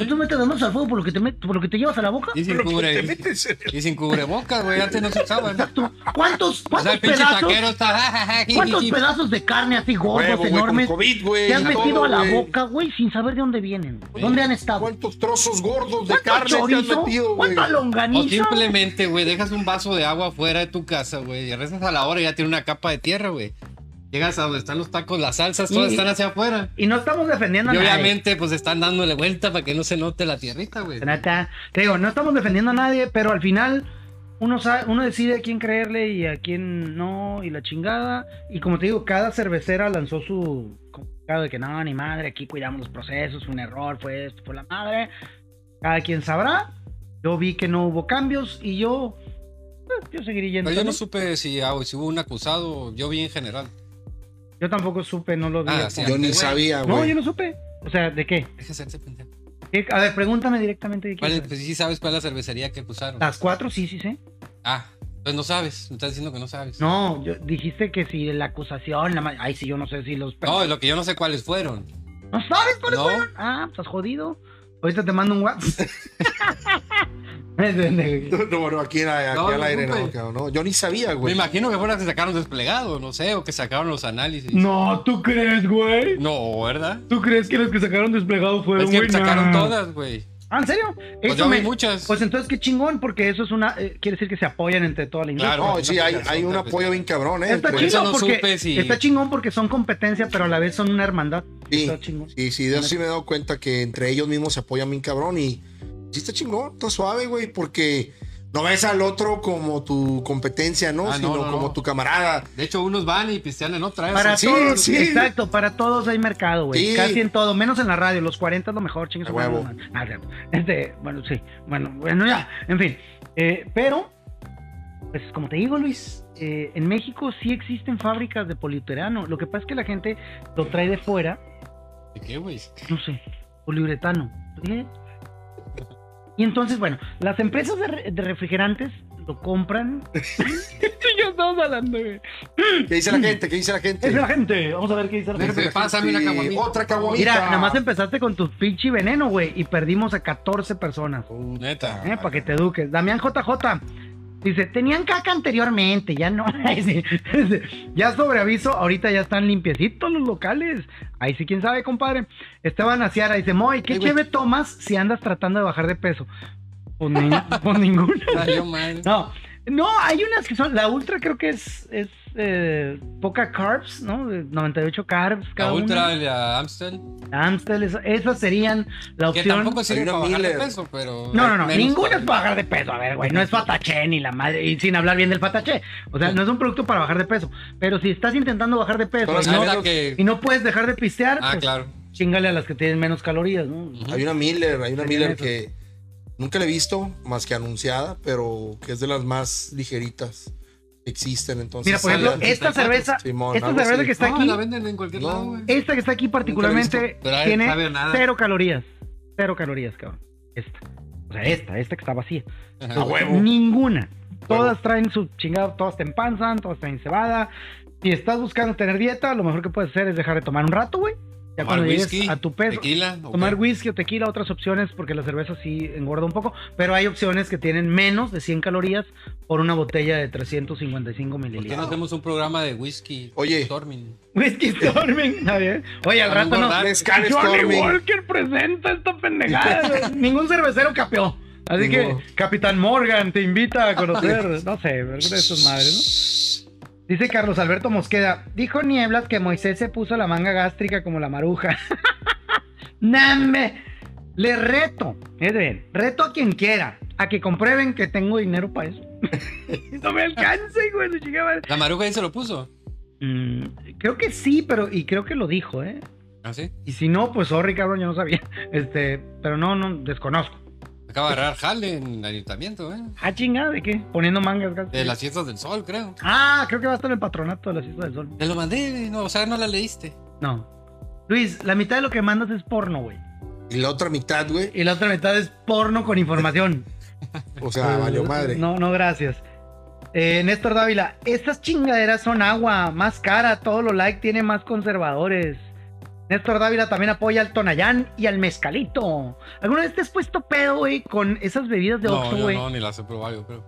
¿no te metes las manos al fuego por lo que te, met- por lo que te llevas a la boca? Y sin, Pero que cubre, te metes en y sin cubrebocas, güey. Antes no se usaban. Exacto. ¿Cuántos, O sea, cuántos el pinche pedazos, taquero está. cuántos pedazos de carne así gordos, huevo, güey, con enormes, COVID, güey. pues, te han y metido todo, a la güey. boca, güey, sin saber de dónde vienen? güey? ¿Dónde han estado? ¿Cuántos trozos gordos de ¿Cuánto carne te han chorizo? metido, güey? ¿Cuánta O longaniza? simplemente, güey, dejas un vaso de agua fuera de tu casa, güey, y rezas a la hora y ya tiene una capa de tierra, güey. Llegas a donde están los tacos, las salsas, todas Y- están hacia afuera. Y no estamos defendiendo a Y nadie. obviamente, pues están dándole vuelta para que no se note la tierrita, güey. La neta, te digo, no estamos defendiendo a nadie, pero al final uno sabe, uno decide a quién creerle y a quién no, y la chingada. Y como te digo, cada cervecera lanzó su comunicado de que no, ni madre, aquí cuidamos los procesos, fue un error, fue esto, fue la madre. Cada quien sabrá. Yo vi que no hubo cambios y yo, eh, yo seguiré yendo. Pero yo no también. supe si, ah, si hubo un acusado, yo vi en general. Yo tampoco supe, no lo vi. Ah, sí, Yo ni Güey. sabía, güey. no, yo no supe. O sea, ¿de qué? Deja hacerte pendejo. ¿Qué? A ver, pregúntame directamente de qué. ¿Cuál es- pues, sí sabes cuál es la cervecería que acusaron. Las cuatro, sí, sí, sí. Ah, entonces no sabes, me estás diciendo que no sabes. No, yo- dijiste que si la acusación, la ma- ay, sí, yo no sé si los. No, lo que yo no sé cuáles fueron. ¿No sabes cuáles No. fueron? Ah, estás jodido. Ahorita te mando un WhatsApp. Pendejo. No, no, aquí, era- aquí No, al no, aire no, güey. cabrón, no. Yo ni sabía, Me güey. imagino que fueron las que sacaron desplegado, no sé, o que sacaron los análisis. no, ¿tú crees, güey? No, ¿verdad? ¿Tú crees que los que sacaron desplegado fueron, Es que güey? sacaron Nah. todas, güey. Ah, ¿en serio? Pues Eso yo vi me- muchas. Pues entonces qué chingón, porque eso es una. eh, quiere decir que se apoyan entre toda la industria. Claro, No, sí, hay, hay un apoyo bien cabrón, ¿eh? Está Entre- por eso chingón, no porque, supe si- está chingón porque son competencia, pero a la vez son una hermandad. Sí. Está chingón. Sí, sí, de eso sí me he dado cuenta que entre ellos mismos se apoyan bien cabrón y sí está chingón, está suave, güey, porque no ves al otro como tu competencia, ¿no? Ah, no, Sino no, no. como tu camarada. De hecho, unos van y pistean en otra. Para Sí, todos, sí. exacto, para todos hay mercado, güey. Sí. Casi en todo, menos en la radio. Los 40 es lo mejor, chingas. A huevo. Este, bueno, sí. Bueno, bueno, ya. En fin. Eh, pero, pues como te digo, Luis, eh, en México sí existen fábricas de poliuretano. Lo que pasa es que la gente lo trae de fuera, ¿De qué, güey? no sé, poliuretano. ¿Eh? Y entonces, bueno, las empresas de, re- de refrigerantes lo compran. Yo estamos hablando, güey. ¿Qué dice la gente? ¿Qué dice la gente? Es la gente. Vamos a ver qué dice la Ver, gente. güey, pásame una Sí, caguamita. Otra caguamita. Mira, nada más empezaste con tu pinche veneno, güey, y perdimos a 14 personas. eh, Neta. para que te eduques. Damián JJ dice, tenían caca anteriormente, ya no. Ay, sí. ya sobre aviso, ahorita ya están limpiecitos los locales. Ahí sí, quién sabe, compadre. Esteban Aciara dice, Moy, ¿qué Ay, güey. chévere tomas si andas tratando de bajar de peso? Pues, ni- pues ninguna. Salió mal. No, no, hay unas que son, la ultra creo que es, es eh, poca carbs, ¿no? De 98 carbs cada La una. Ultra, la Amstel. Amstel, eso- esas serían la Que opción. tampoco sirve Hay una para bajar de Miller. peso, pero. No, no, no, menos ninguna para- es para bajar de peso, a ver, güey, no es fataché ni la madre, y sin hablar bien del fataché, o sea, no es un producto para bajar de peso, pero si estás intentando bajar de peso Pero y Ah, no, la que- y no puedes dejar de pistear, Ah, pues claro. chingale a las que tienen menos calorías, ¿no? Ujú. Hay una Miller, hay una Serían Miller esas. que Nunca la he visto, más que anunciada, pero que es de las más ligeritas que existen. Entonces, Mira, por ejemplo, sale- esta 34, cerveza, Simón, esta algo cerveza así. que está No, aquí, la venden en cualquier No. lado, güey. esta que está aquí particularmente Pero a- tiene sabe a nada. cero calorías. Cero calorías, cabrón. Esta. O sea, esta, esta que está vacía. Ajá. A huevo. Ninguna. Todas traen su chingada, todas te empanzan, todas traen cebada. Si estás buscando tener dieta, lo mejor que puedes hacer es dejar de tomar un rato, güey. Ya Tomar cuando llegues whisky, a tu peso. Tequila. ok. Tomar whisky o tequila, otras opciones, porque la cerveza sí engorda un poco, pero hay opciones que tienen menos de 100 calorías por una botella de 355 ¿Por qué no mililitros. hacemos un programa de whisky? Oye. Storming. Whisky Storming, está bien. Oye, al Para rato no. engordar. Mezcal Johnny Stormy. Walker presenta esta pendejada. Ningún cervecero capeó. Así Ninguno. que Capitán Morgan te invita a conocer, no sé, alguna de sus madres, ¿no? Dice Carlos Alberto Mosqueda, dijo Nieblas que Moisés se puso la manga gástrica como la maruja. ¡Name! Le reto, es bien, reto a quien quiera, a que comprueben que tengo dinero para eso. no me alcance, güey, su chingada madre. La maruja ahí se lo puso. Mm, creo que sí, pero, y creo que lo dijo, ¿eh? ¿Ah, sí? Y si no, pues sorry, cabrón, yo no sabía. Este, pero no, no, desconozco. Acaba de agarrar jale en el ayuntamiento, ¿eh? Ah, chingada, ¿de qué? Poniendo mangas, gas. De las fiestas del sol, creo. Ah, creo que va a estar en el patronato de la Islas del Sol. Te lo mandé, no, o sea, no la leíste. No. Luis, la mitad de lo que mandas es porno, güey. Y la otra mitad, güey. Y la otra mitad es porno con información. O Ah, sea, valió madre. No, no, gracias. Eh, Néstor Dávila, estas chingaderas son agua, más cara, todos los likes tienen más conservadores. Néstor Dávila también apoya al Tonayán y al Mezcalito. ¿Alguna vez te has puesto pedo, güey, con esas bebidas de No, Oxxo, yo güey? Ah, no, ni las he probado, yo creo.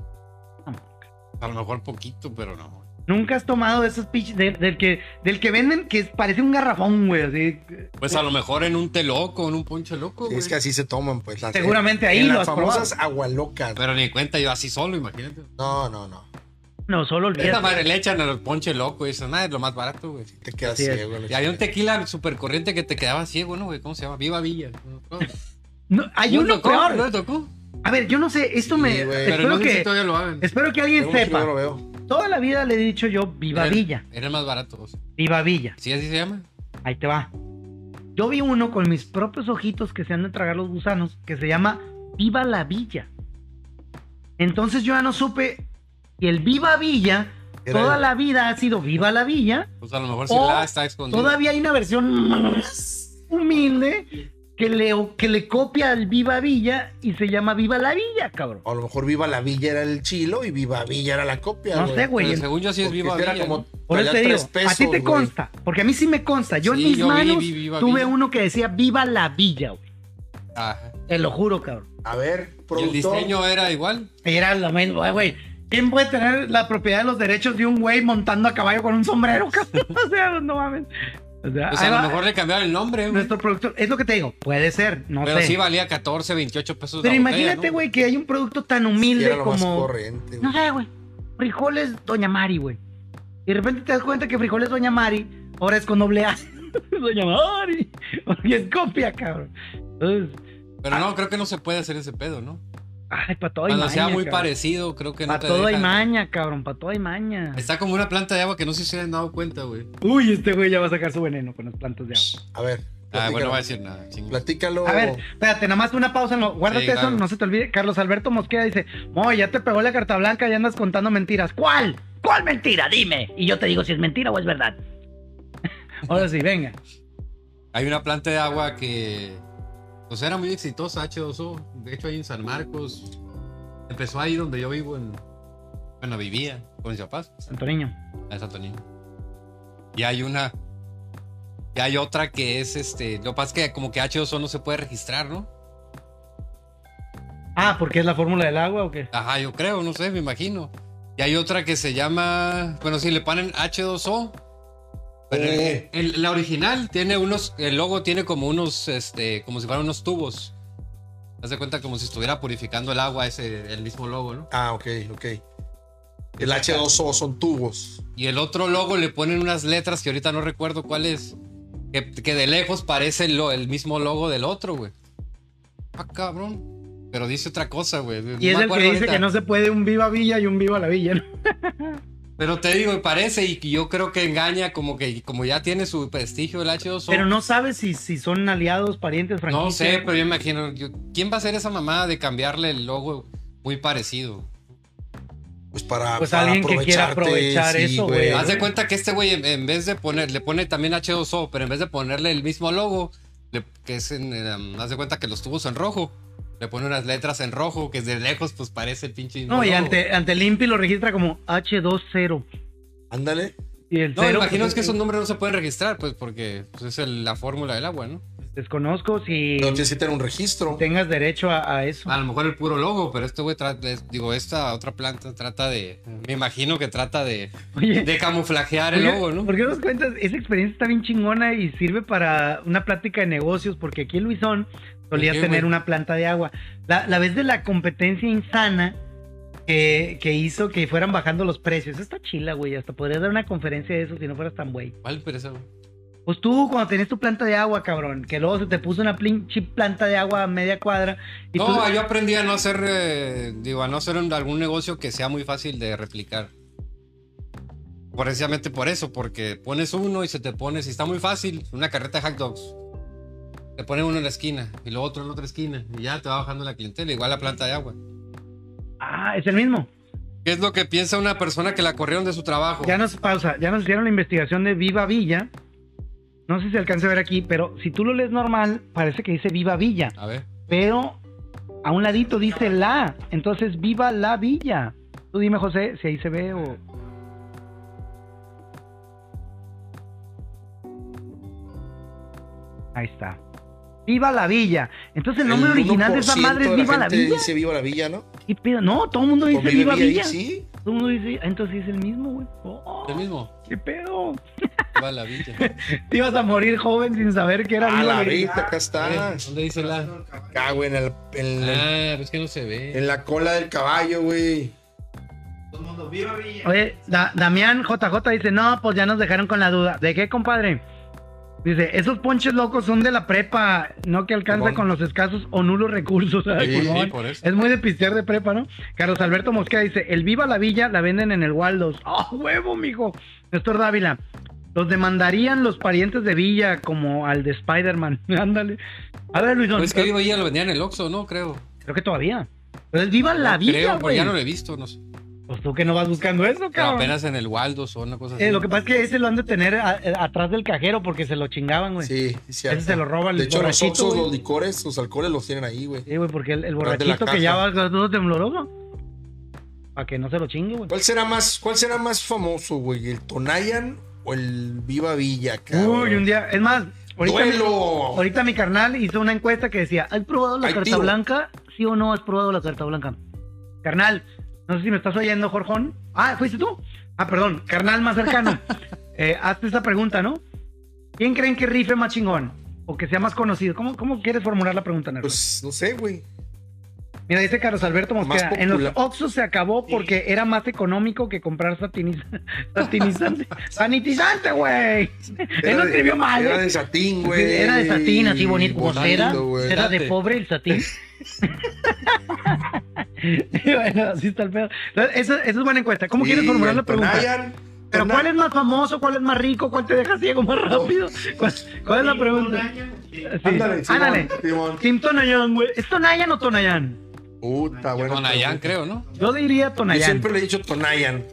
A lo mejor poquito, pero no. Nunca has tomado de esos pinches de- del que del que venden que es- parece un garrafón, güey. así. Pues a lo mejor en un té loco, en un ponche loco, güey. Es que así se toman, pues. las- Seguramente ahí en lo las has famosas probado. agualocas. Pero ni cuenta yo así solo, imagínate. No, no, no. No, solo Esa olvídate. madre le echan al ponche loco, y eso nada, es lo más barato, güey. Te quedas Así es. ciego. la Y había un chingada. tequila super corriente que te quedaba ciego, ¿no, güey? ¿Cómo se llama? Viva Villa. No, no. No, hay ¿No uno tocó? peor. ¿No le tocó? A ver, yo no sé, esto me Sí, güey. Pero espero no sé si que todavía lo hagan. espero que alguien Tengo mucho que no lo sepa. veo. Toda la vida le he dicho yo Viva Era- Villa, Era el más barato. o sea. Viva Villa. ¿Sí así se llama? Ahí te va. Yo vi uno con mis propios ojitos que se han de tragar los gusanos que se llama Viva la Villa. Entonces yo ya no supe y el Viva Villa Era toda el- la vida ha sido Viva la Villa. Pues a lo mejor si O la está escondida. Todavía hay una versión más humilde que le, que le copia al Viva Villa y se llama Viva la Villa, cabrón. Oh, A lo mejor Viva la Villa era el chilo y Viva Villa era la copia. No sé, güey. Pero el- según yo sí es Porque este Viva era Villa. como ¿no? Por eso te digo, valía tres pesos, a ti te güey. consta, porque a mí sí me consta. Yo Sí, en mis yo vi manos Viva tuve Villa. uno que decía Viva la Villa, güey. Ajá. Te lo juro, cabrón. A ver, ¿Y el productor. diseño era igual? Era lo mismo, ay, güey. ¿Quién puede tener la propiedad de los derechos de un güey montando a caballo con un sombrero, cabrón? O sea, no mames. O sea, Pues ahí a va lo mejor le cambiaron el nombre, güey. nuestro productor, es lo que te digo, puede ser, no Pero sé. sí valía 14, 28 pesos Pero la botella, imagínate, ¿no? güey, que hay un producto tan Sí, humilde era lo más como. corriente. No güey. sé, güey. Frijoles Doña Mari, güey. Y de repente te das cuenta que Frijoles Doña Mari ahora es con doble A. Doña Mari. Y es copia, cabrón. Entonces, Pero no, creo que no se puede hacer ese pedo, ¿no? ay, para todo hay Cuando maña. sea muy cabrón. parecido, creo que no Pa' te todo hay dejan. maña, cabrón. Para todo hay maña. Está como una planta de agua que no sé si se han dado cuenta, güey. Uy, este güey ya va a sacar su veneno con las plantas de agua. A ver. Ah, bueno, no platícalo. va a decir nada. chingue. Platícalo. A ver, espérate, nada más una pausa. No, guárdate Oh. Sí, eso, claro. no se te olvide. Carlos Alberto Mosquera dice: Moy, ya te pegó la carta blanca y andas contando mentiras. ¿Cuál? ¿Cuál mentira? Dime. Y yo te digo si es mentira o es verdad. Ahora sí, venga. Hay una planta de agua que pues era muy exitosa, H2O. De hecho, ahí en San Marcos. Empezó ahí donde yo vivo, en, bueno, vivía con mis papás, Antoniño. en Santo Niño. Y hay una, y hay otra que es este, lo que pasa es que como que H2O no se puede registrar, ¿no? Ah, porque es la fórmula del agua o qué? Ajá, yo creo, no sé, me imagino. Y hay otra que se llama, bueno, sí, le ponen H2O. Pero el- Eh. el- la original tiene unos, el logo tiene como unos, este, como si fueran unos tubos. Haz de cuenta como si estuviera purificando el agua, ese, el mismo logo, ¿no? Ah, ok, ok. El H2O son tubos. Y el otro logo le ponen unas letras que ahorita no recuerdo cuál es. Que, que de lejos parece lo- el mismo logo del otro, güey. Ah, cabrón. Pero dice otra cosa, güey. Y es el que dice que no se puede un viva villa y un viva la villa. ¿no? Pero te digo, parece y yo creo que engaña como que como ya tiene su prestigio el H2O. Pero no sabes si, si son aliados, parientes, No franquicias. sé, pero yo imagino, yo- ¿quién va a hacer esa mamada de cambiarle el logo muy parecido? Pues para. Pues para alguien que quiera aprovecharte, aprovechar sí, eso, güey. Haz de cuenta que este güey en- en vez de poner, le pone también H2O, pero en vez de ponerle el mismo logo, le- que es en, eh, um, haz de cuenta que los tubos en rojo, le pone unas letras en rojo que desde lejos pues parece el pinche mismo No, y logo. ante, ante el INPI lo registra como H20. Ándale. Y el No, cero, imagino pues, es que esos nombres no se pueden registrar, pues porque pues, es el- la fórmula del agua, ¿no? Desconozco si No tienes que tener un registro. tengas derecho a, a eso. A lo mejor el puro logo, pero este güey, tra- es- digo, esta otra planta trata de, me imagino que trata de, Oye, de camuflajear el Oye, logo, ¿no? ¿Por qué nos cuentas? Esa experiencia está bien chingona y sirve para una plática de negocios, porque aquí en Luisón solía ¿Por qué, tener güey? una planta de agua. La, la vez de la competencia insana que, que hizo que fueran bajando los precios. Está chila, güey. Hasta podrías dar una conferencia de eso si no fueras tan güey. ¿Cuál pereza, güey? Pues tú, cuando tenías tu planta de agua, cabrón, que luego se te puso una pinche planta de agua a media cuadra. Y pues No, tú- yo aprendí a no hacer, eh, digo, a no hacer un- algún negocio que sea muy fácil de replicar. Precisamente por eso, porque pones uno y se te pone, si está muy fácil, una carreta de hot dogs. Te pone uno en la esquina y luego otro en la otra esquina y ya te va bajando la clientela, igual la planta de agua. Ah, es el mismo. ¿Qué es lo que piensa una persona que la corrieron de su trabajo? Ya nos pausa, ya nos hicieron la investigación de Viva Villa. No sé si alcance a ver aquí, pero si tú lo lees normal, parece que dice Viva Villa, A ver, pero a un ladito dice la, entonces Viva la Villa. Tú dime, José, si ahí se ve o. Ahí está. Viva la Villa. Entonces el nombre original de esa madre es Viva la, Villa. Dice Viva la Villa, ¿no? ¿Qué pedo? No, todo el mundo dice Convive Viva ahí, Villa. Sí. Todo el mundo dice, ah, entonces es el mismo, güey. Oh, el mismo. ¿Qué pedo? Va a la villa. Te ibas a morir joven sin saber Ah, que era A Viva la Villa. vista, acá está. Eh, ¿Dónde dice la? Acá, güey, en, el- en el- Ah, pues que no se ve. en la cola del caballo, güey. Oye, Da- Damián JJ dice, no, pues ya nos dejaron con la duda. ¿De qué, compadre? Dice, esos ponches locos son de la prepa, no que alcanza Simón. con los escasos o nulos recursos. Ay, Sí, Simón. sí, pues. por eso. Es muy de pistear de prepa, ¿no? Carlos Alberto Mosqueda dice, el Viva la Villa la venden en el Waldos. ¡Ah, huevo, mijo! Néstor Dávila, los demandarían los parientes de Villa como al de Spider-Man. Ándale. A ver, Luis, Pues es que vivo ya lo vendían en el Oxxo, ¿no? Creo. creo que todavía. Pero es Viva la No Villa, Creo, porque güey. ya no lo he visto, no sé. Pues tú que no vas buscando eso, Pero cabrón. apenas en el Waldos o una cosa así. Eh, lo que pasa es que ese lo han de tener a- a- atrás del cajero porque se lo chingaban, güey. Sí, sí, sí. ese se lo roba el De hecho, los borrachito, oxos, güey. los licores, los alcoholes los tienen ahí, güey. Sí, güey, porque el, el Atrás de la borrachito que ya caja. va todo tembloroso. Para que no se lo chingue, güey. ¿Cuál será más, cuál será más famoso, güey? ¿El Tonayan o el Viva Villa, cabrón? Uy, un día. Es más, ahorita mi, ¡Duelo! ahorita mi carnal hizo una encuesta que decía: ¿Has probado la Ay, carta tío. blanca? ¿Sí o no has probado la carta blanca? Carnal, no sé si me estás oyendo, Jorjón. Ah, ¿fuiste tú? Ah, perdón, carnal más cercano. Eh, hazte esta pregunta, ¿no? ¿Quién creen que rife más chingón? O que sea más conocido. ¿Cómo, cómo quieres formular la pregunta, Nerdo? Pues no sé, güey. Mira, dice Carlos Alberto Mosqueda, Más en los popular. Oxxos se acabó porque era más económico que comprar satiniza- satinizante. sanitizante, güey. Él lo de- escribió mal. Era ¿eh? de satín, güey. Era de satín, así bonito, como cera. güey. Era de pobre el satín. Y bueno, así está el pedo. Entonces, Esa, esa es buena encuesta. ¿Cómo Sí, quieres formular el la pregunta? Tonayan, ¿Pero Tona- cuál es más famoso? ¿Cuál es más rico? ¿Cuál te deja ciego más rápido? ¿Cuál, cuál es la pregunta? Sí. Ándale, Simón, Ándale. Simón. Team Tonayan, güey. ¿Es Tonayan o Tonayan? Puta, bueno. Tonayán, creo, ¿no? Yo diría Yo Tonayan. siempre le he dicho Tonayan.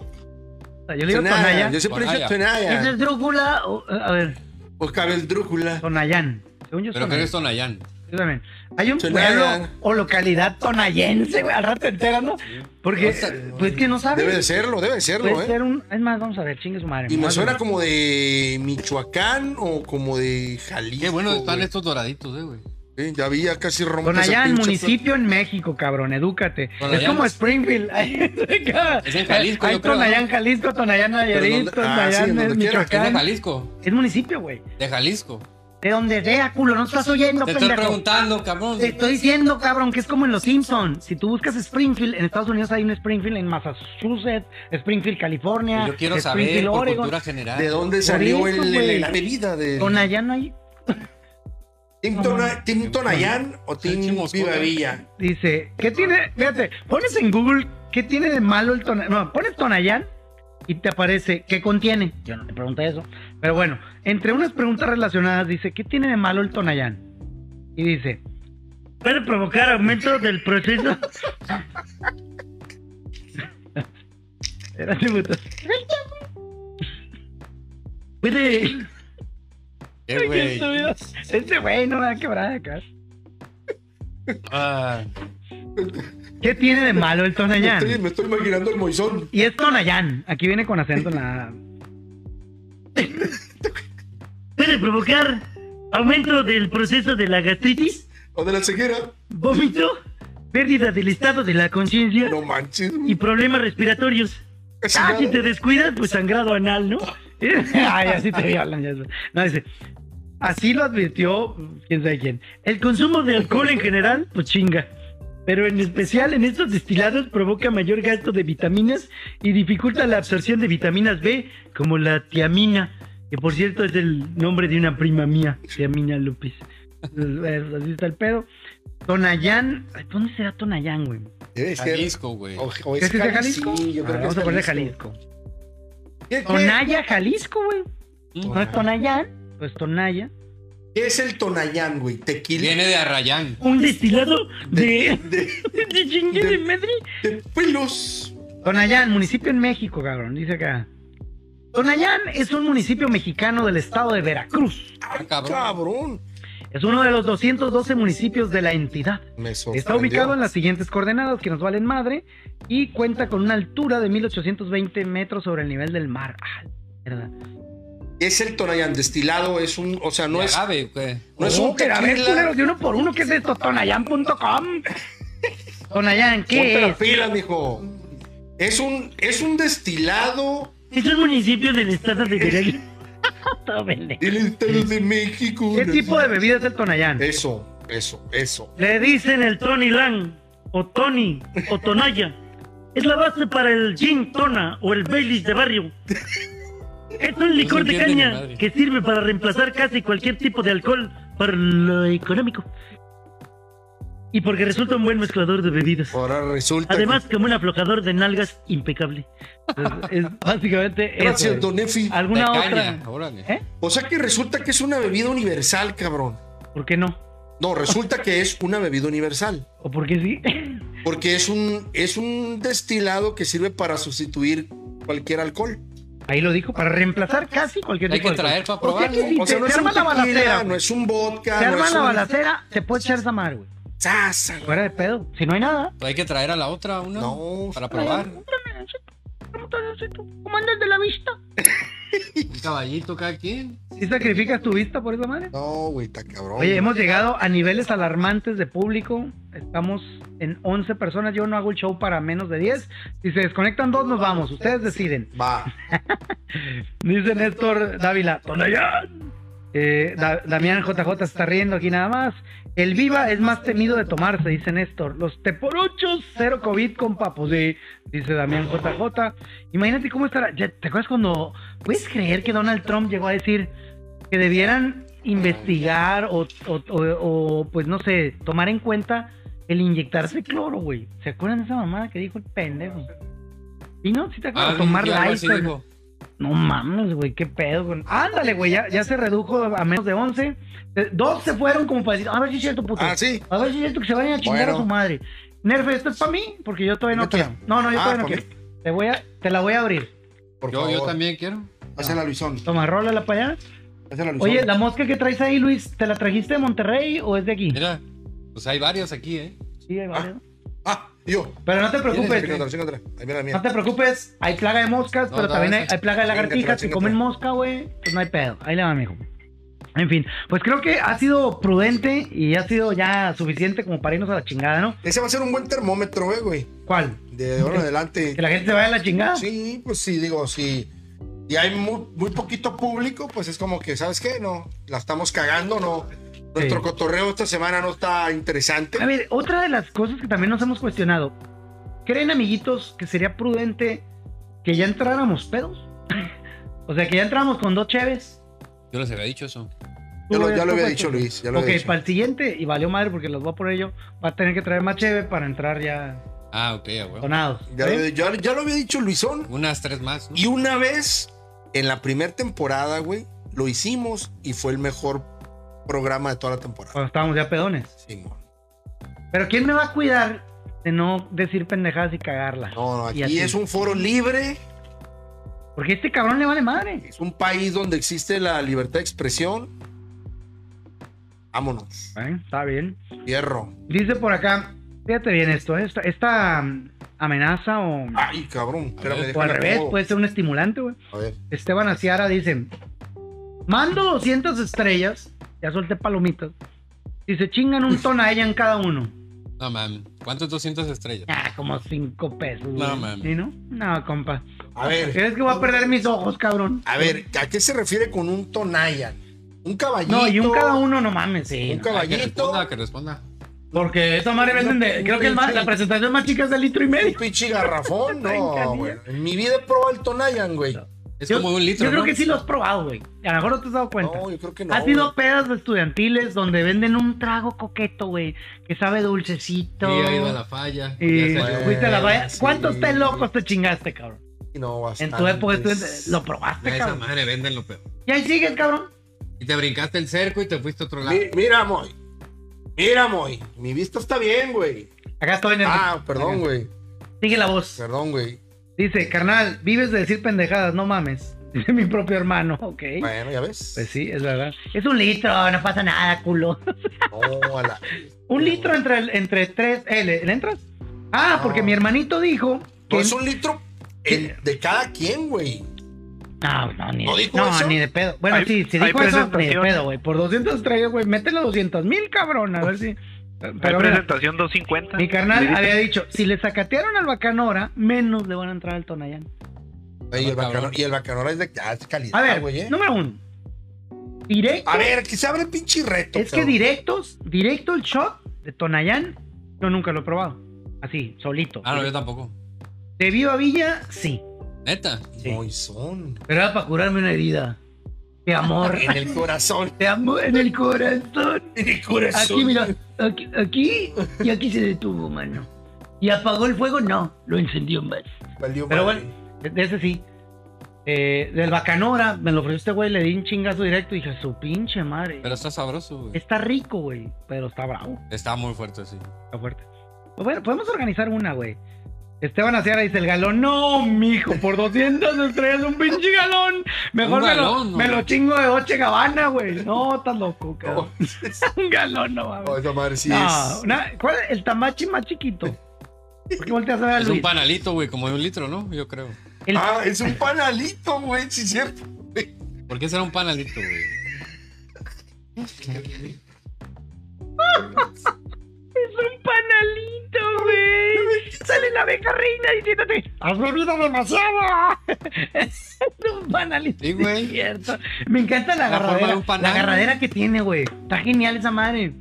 Yo le digo Tonayan. Yo siempre le he dicho ¿Es Tonayan. el Drúgula? o- a ver, O Cabeldrújula. Tonayán. Según yo, es Pero creo que Tonayán. es Tonayán. Yo también. Hay un Tonayán. pueblo o localidad tonayense, güey. Al rato te enteras, ¿no? Porque, O sea, pues que no sabes. Debe de serlo, debe de serlo, Puede ¿eh? ser un. Es más, vamos a ver, chingue su madre. Y me Vamos a suena ver. como de Michoacán o como de Jalisco. Qué bueno están güey. estos doraditos, eh, güey. Sí, ya vi, ya casi rompes Tonayán, el pinche municipio en México, cabrón, edúcate. Tonayán. Es como Springfield. Es Es en Jalisco, Hay yo creo, Tonayán, Jalisco, Tonayán, Nayarit, Pero donde- ah, sí, Tonayán, donde es quiera, ¿Qué es de Michoacán. Jalisco? Es municipio, güey. De Jalisco. De donde sea, culo, no estás oyendo, Te estoy pendejo. preguntando, cabrón. Te estoy diciendo, cabrón, que es como en los Simpsons. Si tú buscas Springfield, en Estados Unidos hay un Springfield en Massachusetts, Springfield, California, Pues Yo quiero saber Springfield, por Oregon. cultura ¿De general. eh, dónde salió eso, el, el- güey. la bebida de Tonayán hay. Tim, Tona- Tim Tonayán o Pinche Tim moscota. Viva Villa? Dice, ¿qué tiene? Fíjate, pones en Google, ¿qué tiene de malo el Tonayán? No, pones Tonayán y te aparece ¿qué contiene? Yo no te pregunté eso. Pero bueno, entre unas preguntas relacionadas dice ¿qué tiene de malo el Tonayán? Y dice ¿puede provocar aumento del proceso? Espérate, puto. Puede... Eh, güey. Este güey no me va a quebrar acá. Ah, ¿Qué tiene de malo el Me Tonayán? estoy, me estoy imaginando el Moisón. Y es Tonayán. Aquí viene con acento en la... ¿Puede provocar aumento del proceso de la gastritis? O de la ceguera. ¿Vómito? ¿Pérdida del estado de la conciencia? No manches. ¿Y problemas respiratorios? casi Ah, nada. si te descuidas, pues sangrado anal, ¿no? Ay, así te violan. ya sé. No, dice, así lo advirtió quién sabe quién. El consumo de alcohol en general, pues chinga. Pero en especial en estos destilados provoca mayor gasto de vitaminas y dificulta la absorción de vitaminas B, como la tiamina, que por cierto es el nombre de una prima mía, Tiamina López. Entonces, Así está el pedo. Tonayán, ay, ¿dónde será Tonayán, güey? Debe ser- Jalisco, güey. O, o ¿Es es de Jalisco? Pues Jalisco. Sí, yo Ah, creo que vamos es a ponerle Jalisco. Jalisco. ¿Qué- qué, Tonaya, Jalisco, güey. No es Tonayán, pues Tonaya. qué es el Tonayán, güey? Tequila. Viene de Arrayán. Un destilado de, De, de chingue de madre. de pelos. Tonayán, municipio en México, cabrón, dice acá. Tonayán es un municipio mexicano del estado de Veracruz. Ah, cabrón. Cabrón. Es uno de los 212 municipios de la entidad. Me sorprendió. Está ubicado en las siguientes coordenadas que nos valen madre y cuenta con una altura de 1820 metros sobre el nivel del mar. Ah, mierda. Es el Tonayán destilado, es un, o sea, no ¿De es, agave o qué? no es un Oh, pero a ver, tequila. culeros, de uno por uno, ¿qué es esto? Tonayan.com. Tonayan, Ponte ¿qué las es? pilas, mijo. Es un, es un destilado Es un municipio del estado de Veracruz. Todo pendejo. del estado de México. ¿Qué tipo de bebida es el Tonayán? Eso, eso, eso. Le dicen el Tony Lang, o Tony, o Tonaya. Es la base para el gin tona o el Baileys de barrio. Es un licor de entiende ni caña madre. que sirve para reemplazar casi cualquier tipo de alcohol para lo económico. Y porque resulta un buen mezclador de bebidas. Ahora resulta Además, como un aflojador de nalgas impecable. Es básicamente que... Gracias, eso. Ah. Don ¿eh? Efi. ¿Alguna De otra? caña, órale. ¿Eh? O sea que resulta que es una bebida universal, cabrón. ¿Por qué no? No, resulta que es una bebida universal. ¿O por qué sí? Porque es un, es un destilado que sirve para sustituir cualquier alcohol. Ahí lo dijo, para reemplazar casi cualquier Hay tipo que de alcohol. traer para ¿Por qué probarlo. aquí sí O sea, te- no te es un arma la balacera, tequila, no güey. es un vodka, Se no arma es la un... balacera, te puede echar esa mar, güey. Zas, Fuera de pedo. Si no hay nada. Pues Hay que traer a la otra una No, para probar. andas de la vista? Un caballito cada quien. Si sacrificas tu vista por esa madre. no, güey, está cabrón. Oye, hemos llegado a niveles alarmantes de público. Estamos en 11 personas. Yo no hago el show para menos de 10. Si se desconectan dos, nos vamos. Ustedes deciden. Va. Dice Néstor Dávila. "Tonayán". Eh, Da- Damián JJ se está riendo aquí nada más. El viva es más temido de tomarse, dice Néstor. Los teporochos, cero COVID con papos, sí, dice Damián JJ. Imagínate cómo estará. ya, ¿Te acuerdas cuando puedes creer que Donald Trump llegó a decir que debieran investigar o, o- o- o, pues no sé, tomar en cuenta el inyectarse cloro, güey? ¿Se acuerdan de esa mamada que dijo el pendejo? ¿Y no? ¿Sí te acuerdas? Ah, tomar yo algo así Lysol. digo. No mames, güey, qué pedo. güey. Ándale, güey, ya, ya se redujo a menos de 11. Eh, Dos se fueron como para decir, a ver si es cierto, puto. Ah, sí. A ver si es cierto que se vayan a chingar Bueno. a su madre. Nerfe, esto es para mí, porque yo todavía no Métela. quiero. No, no, yo Ah, todavía no pa' quiero. Te, voy a, te la voy a abrir. Por Yo, favor. yo también quiero. Hazla, Luisón. Toma, rólala para allá. Hazla, Luisón. Oye, la mosca que traes ahí, Luis, ¿te la trajiste de Monterrey o es de aquí? Mira, pues hay varios aquí, ¿eh? Sí, vale. Ah, yo. Pero no te preocupes. Chinga otra, chinga otra. Ahí viene la mía. No te preocupes, hay plaga de moscas, No, pero no, también hay, esa- hay plaga de Chingatela, lagartijas que chingatela. comen mosca, güey. Pues no hay pedo. Ahí le va, mijo. En fin, pues creo que ha sido prudente y ha sido ya suficiente como para irnos a la chingada, ¿no? Ese va a ser un buen termómetro, eh, güey. ¿Cuál? De ahora en adelante. ¿Que la gente se vaya a la chingada? Sí, pues sí, digo, sí. Y hay muy, muy poquito público, pues es como que, ¿sabes qué? No, la estamos cagando, no. Nuestro Sí. cotorreo esta semana no está interesante. A ver, otra de las cosas que también nos hemos cuestionado. ¿Creen, amiguitos, que sería prudente que ya entráramos pedos? o sea, que ya entramos con dos cheves. Yo les había dicho eso. Yo lo- Tú, ya lo había tú, dicho, tú. Luis. Ya lo Ok, había dicho. para el siguiente, y valió madre porque los voy a poner yo, va a tener que traer más cheve para entrar ya Ah, ok, ah, güey. Sonados. Ya, ¿eh? lo- ya- ya lo había dicho Luisón. Unas tres más. ¿no? Y una vez, en la primera temporada, güey, lo hicimos y fue el mejor programa de toda la temporada. Cuando estábamos ya pedones. Simón. Pero ¿quién me va a cuidar de no decir pendejadas y cagarla? No, no, Y aquí así. es un foro libre, Porque a este cabrón le vale madre. es un país donde existe la libertad de expresión. Vámonos. Eh, Está bien. Hierro. Dice por acá, fíjate bien esto, ¿eh? esta, esta mm, amenaza o, Ay, cabrón. ver, o Espérame, al déjame revés acomodo. puede ser un estimulante, güey. A ver. Esteban Aciara dice, mando 200 estrellas, ya solté palomitas, y se chingan un en cada uno. No mames. ¿Cuántos 200 estrellas? Ah, como 5 pesos. No, güey. mames. ¿Sí, no? No, compa. A ver. Es que voy a perder mis ojos, cabrón. A ver, ¿a qué se refiere con un Tonayan? Un caballito. No, y un cada uno, no mames, sí. Un no. Ah, que caballito. responda, que responda. Porque esa madre venden de. Creo que el más, la presentación más chica es de litro y Un medio. pinche garrafón. No, güey. En mi vida he probado el Tonayan, güey. Es Yo- como un litro. Yo creo ¿no? que sí lo has probado, güey. A lo mejor no te has dado cuenta. No, yo creo que no. ha sido güey. pedas de estudiantiles donde venden un trago coqueto, güey, que sabe Sí, dulcecito. ha ido a la falla. Y ya salió. fuiste a la valla. Sí. ¿Cuántos té locos te chingaste, cabrón? No, En bastante. tu época estudiante, lo probaste, Ya esa cabrón. madre venden lo peor. Y ahí sigues, cabrón. Y te brincaste el cerco y te fuiste a otro lado. Mi- mira, Moy. Mira, Moy. Mi vista está bien, güey. Acá estoy en el. Ah, perdón, güey. Sigue la voz. Perdón, güey. Dice, carnal, vives de decir pendejadas, no mames. Dice mi propio hermano, ok. Bueno, ya ves. Pues sí, es verdad. Es un litro, no pasa nada, culo. No, a la- Un litro entre, el- entre tres. ¿eh, ¿le, le entras? Ah, No. porque mi hermanito dijo. No es un litro en- de cada quien, güey. No, no, ni, ¿No de, dijo no, eso? ni de pedo. Bueno, Hay- sí, si hay dijo eso, ni de presentaciones. pedo, güey. Por 200 estrellas, güey, métele 200 mil, cabrón, a ver si. Pero Hay mira, presentación 250. mi carnal Lirita. había dicho: si le sacatearon al Bacanora, menos le van a entrar al Tonayán. Y cabrón. el, bacanora, y el Bacanora es de ah, es calidad, A ver, güey. eh. número uno. Directo. A ver, que se abre el pinche reto. es que cabrón. directos, directo el shot de Tonayán, yo nunca lo he probado. Así, solito. Ah, no, yo tampoco. De Viva Villa, sí. Neta. Moisón. Pero era para curarme una herida. De amor. En el corazón. de amor en el corazón. En el corazón. Aquí, mira, aquí, aquí y aquí se detuvo, mano. Y apagó el fuego, no, lo encendió más. Valió Pero madre. De de ese sí. Eh, del Bacanora, me lo ofreció este güey, le di un chingazo directo y dije, su pinche madre. Pero está sabroso, güey. Está rico, güey, pero está bravo, Está muy fuerte, sí. está fuerte. Pero Pues Bueno, podemos organizar una, güey. Esteban Aciara dice el galón. No, mijo, por 200 estrellas, un pinche galón. Mejor Un me, lo, galón, me no. Oh. lo chingo de Oche Gabbana, güey. No, estás loco, cabrón. un galón, no mames. No, Oh, esa madre sí No, es. una- ¿cuál es el tamachi más chiquito? ¿Por qué volteas a ver a Es un Ah, Luis? panalito, güey, como de un litro, ¿no? Yo creo. el- Ah, es un panalito, güey, sí es cierto. ¿Por qué será un panalito, güey? Es un panalito, güey. Sale la abeja reina diciéndote, has bebido demasiado. es un panalito. Sí, güey. es cierto. Me encanta la, La forma agarradera. de un panal. la agarradera que tiene, güey. Está genial esa madre.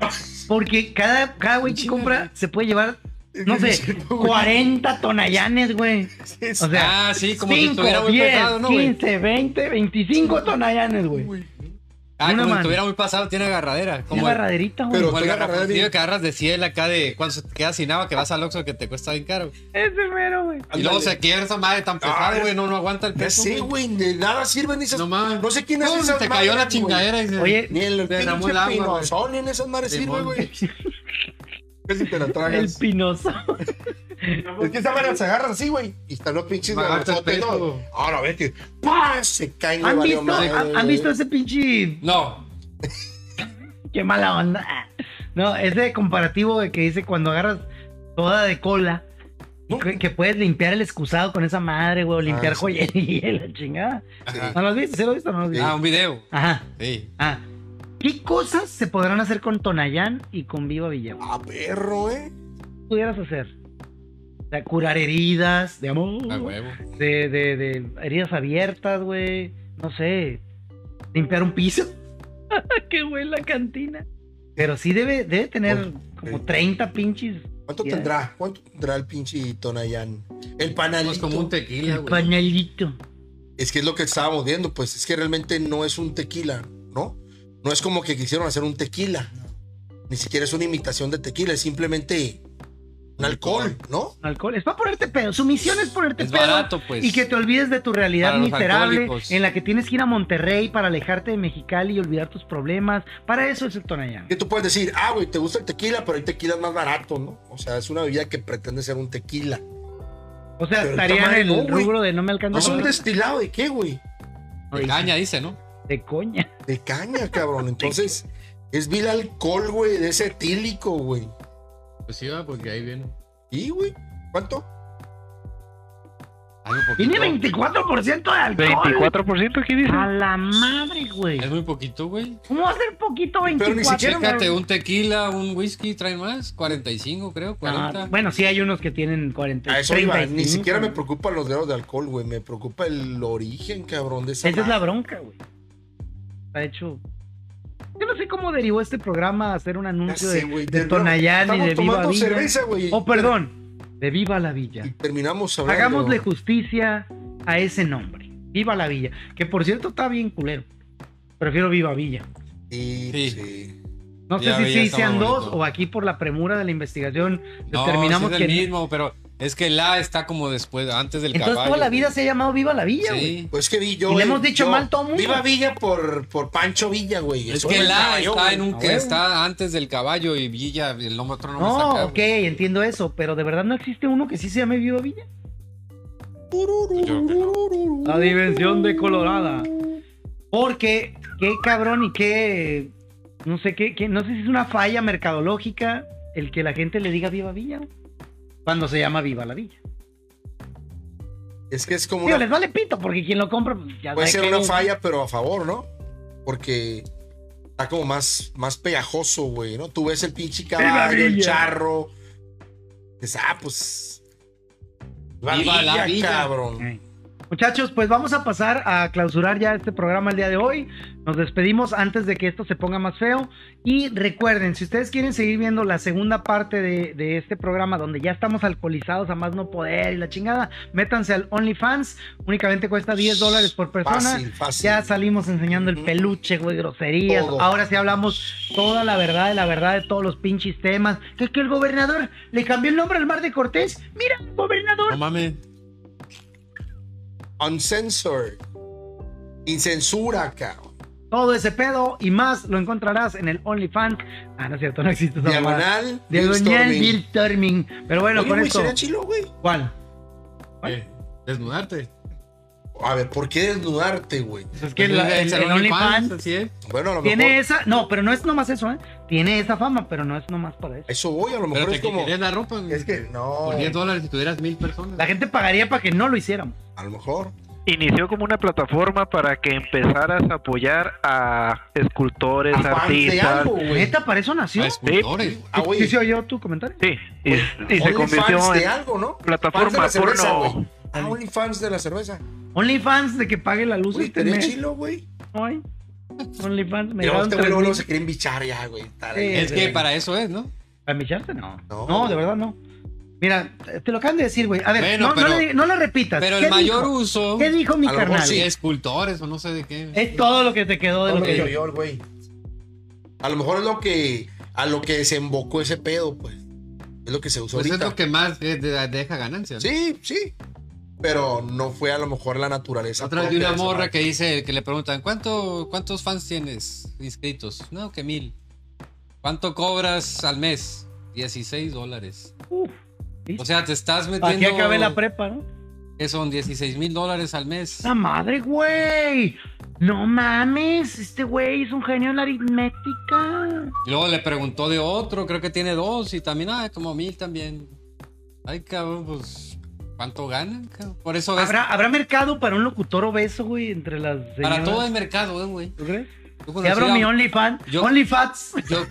Porque cada, cada güey que compra se puede llevar, no sé, 40 tonallanes, güey. O sea, ah, sí, como si 5, estuviera muy 10, pesado, ¿no, güey? 15, 20, 25 tonallanes, güey. Ah, una como si mano. estuviera muy pasado, tiene agarradera. Una Como el, agarraderita, güey. Pero como el tiene garrafón agarradera. que agarras de ciel acá de cuando se te queda sin agua que vas al Oxxo que te cuesta bien caro. Ese mero, güey. Y luego se quiebra esa madre tan Ah, pesada, güey, no, no aguanta el Ya peso. sé, güey, de nada sirven esas. No No, mames. sé quién es No, esa se te cayó la chingadera y se... Oye, Ni el Te derramó pinche el agua, güey. pinozón en esas madres sirve, Simón. güey. Casi te la El tragas. pinoso. Es que esa madre se agarra así, güey. Y están los pinches Me agarra el garrafotes, peso, ¿no? güey. Ahora, vete. ¡Pah! Se caen, güey, ¿Han valió visto, madre, han- güey. han visto ese pinche? No, Qué mala onda. No, ese comparativo de que dice cuando agarras toda de cola, y que, que puedes limpiar el excusado con esa madre, güey, o limpiar Ah, sí. joyería, y la chingada. Ajá. ¿No lo has visto? ¿Sí lo has visto? o ¿No lo has visto? ah, un video. Ajá. Sí. Ah. ¿Qué cosas se podrán hacer con Tonayán y con Viva Villa? Ah, perro, eh. ¿Qué pudieras hacer? O sea, curar heridas de amor. Ah, A huevo. de, de, de heridas abiertas, güey. No sé. Limpiar un piso. Qué güey la cantina. Pero sí debe, debe tener como 30 pinches. ¿Cuánto Ya. tendrá? ¿Cuánto tendrá el pinche Tonayán? El Pues panalito. como un tequila, El güey. pañalito. Es que es lo que estábamos viendo, pues es que realmente no es un tequila, ¿no? No es como que quisieron hacer un tequila. Ni siquiera es una imitación de tequila, es simplemente Un alcohol, ¿no? alcohol. Es para ponerte pedo. Su misión es ponerte Es pedo. barato, pues. Y que te olvides de tu realidad Para los miserable alcohólicos. en la que tienes que ir a Monterrey para alejarte de Mexicali y olvidar tus problemas. Para eso es el Tonayán. Que tú puedes decir, ah, güey, te gusta el tequila, pero el tequila es más barato, ¿no? O sea, es una bebida que pretende ser un tequila. O sea, Pero estaría está mal, en ¿no, el güey? rubro de no me alcanza ¿No es un para- destilado de qué, güey? De caña, dice, ¿no? de coña. De caña, cabrón. Entonces, es vil alcohol, güey, de ese etílico, güey. Pues sí, va, porque ahí viene. ¿Y, güey? ¿Cuánto? Hay muy poquito. Tiene 24% de alcohol. 24% aquí dice. A la madre, güey. Es muy poquito, güey. ¿Cómo va a ser poquito 24? Pero ni siquiera- Chécate, un tequila, un whisky, traen más. 45, creo, No, 40. Ah, bueno, pues sí hay unos que tienen 40. A eso iba. Ni 35. siquiera me preocupan los grados de alcohol, güey. Me preocupa el origen, cabrón, de esa. Esa es la madre. bronca, güey. Está hecho. Yo no sé cómo derivó este programa a hacer un Ya anuncio sé, de, güey. de Del- Tonayán y estamos de Viva tomando Villa. cerveza, güey. Oh, perdón, de Viva la Villa. Y terminamos hablando. Hagámosle justicia a ese nombre. Viva la Villa. Que por cierto está bien culero. Prefiero Viva Villa. Sí, Sí. sí. No sé Ya si Villa sí está sean más dos bonito. o aquí por la premura de la investigación pues, No, determinamos sí es que. el mismo, pero es que la está como después, antes del Entonces caballo. toda la vida se ha llamado Viva la Villa, güey. Sí. Pues que vi yo. Y le güey, hemos dicho yo- mal todo mundo. Viva Villa por, por Pancho Villa, güey. Es Eso que me la estaba yo, está güey. Ah, en un que güey. está antes del caballo y Villa, el nombre otro nombre está No, acá, ok, güey. entiendo eso, pero de verdad no existe uno que sí se llame Viva Villa. Yo creo que no. La dimensión de Colorada. Porque, qué cabrón y qué. No sé qué, qué- No sé si es una falla mercadológica el que la gente le diga Viva Villa. Cuando se llama Viva la Villa. Es que es como Tío, una les vale pito, porque quien lo compra, pues, ya Puede sabe ser que- una falla, pero a favor, ¿no? Porque está como más, más pegajoso, güey, ¿no? Tú ves el pinche caballo, el villa! charro. Dices, ah, pues. Viva, Viva la la villa. cabrón. Eh. Muchachos, pues vamos a pasar a clausurar ya este programa el día de hoy. Nos despedimos antes de que esto se ponga más feo. Y recuerden, si ustedes quieren seguir viendo la segunda parte de, de este programa, donde ya estamos alcoholizados a más no poder y la chingada, métanse al OnlyFans. Únicamente cuesta 10 dólares por persona. Fácil, fácil. Ya salimos enseñando el peluche, güey, groserías. Todo. Ahora sí hablamos toda la verdad de la verdad de todos los pinches temas. Que, que el gobernador le cambió el nombre al Mar de Cortés. Mira, gobernador. No mames. Uncensored. Sin censura, cabrón. Pues, Todo ese pedo y más lo encontrarás en el OnlyFans. Ah, no es cierto, no existe esa mamada. Diagonal. Diagonal brainstorming. Beer Pero bueno, Oye, con güey, esto. sería chilo, güey. ¿Cuál? Eh, desnudarte. A ver, ¿por qué desnudarte, güey? pues Es Pues que la- el, el OnlyFans así es. Bueno, pues, a lo tiene mejor. esa. No, pero no es nomás eso, ¿eh? Tiene esa fama, pero no es nomás para eso. a Eso voy, a lo Pero mejor te es como. quitarías la ropa, güey. Es que no. eh. Por 10 dólares si tuvieras mil personas. La gente pagaría para que no lo hiciéramos. A lo mejor. Inició como una plataforma para que empezaras a apoyar a escultores, Aparte artistas. algo, güey. Neta, para eso nació. A escultores, güey. Pues, Ah, güey. ¿Sí se oyó tu comentario? Sí, y, y se Only fans convirtió de en algo, ¿no? plataforma Fans de la cerveza, porno. güey. Ah, OnlyFans de la cerveza. Pues OnlyFans de que pague la luz Güey, este estaría mes. chilo, güey. Ay, OnlyFans me Y dieron luego este güey luego, luego se 3000. quieren bichar ya, güey. Estar ahí. Sí. Es que para eso es, ¿no? ¿Para micharte? No. No. no. de verdad no. Mira, te lo acaban de decir, güey. A ver, Bueno, no, no pero- le, no le repitas. Pero ¿Qué el mayor dijo? uso. ¿Qué dijo mi A lo mejor carnal? Sí, sí. escultores o no sé de qué. Es todo lo que te quedó de Todo lo lo que que... oyó el güey. A lo mejor es lo que. A lo que desembocó ese pedo, pues. Es lo que se usó Pues es ahorita. lo que más eh, de- deja ganancia. ¿no? Sí, sí. Pero no fue a lo mejor la naturaleza. Otra vez vi propia una de esa morra marca. que dice, que le preguntan, ¿cuánto, ¿cuántos fans tienes inscritos? No, que mil. ¿Cuánto cobras al mes? 16 dólares. Uf, O sea, te estás aquí metiendo... acabé la prepa, ¿no? que son 16 mil dólares al mes. ¡La madre, güey! No mames, este güey es un genio en la aritmética. Y luego le preguntó de otro, creo que tiene dos, y también, ah, como mil también. Ay, cabrón, pues, ¿cuánto ganan? cabrón? Por eso ves, ¿Habrá, ¿Habrá mercado para un locutor obeso, güey, entre las Pues, para señoras? todo el mercado, eh, güey. ¿Tú crees? Yo Te conocí abro a- mi OnlyFans. Yo- OnlyFats. yo-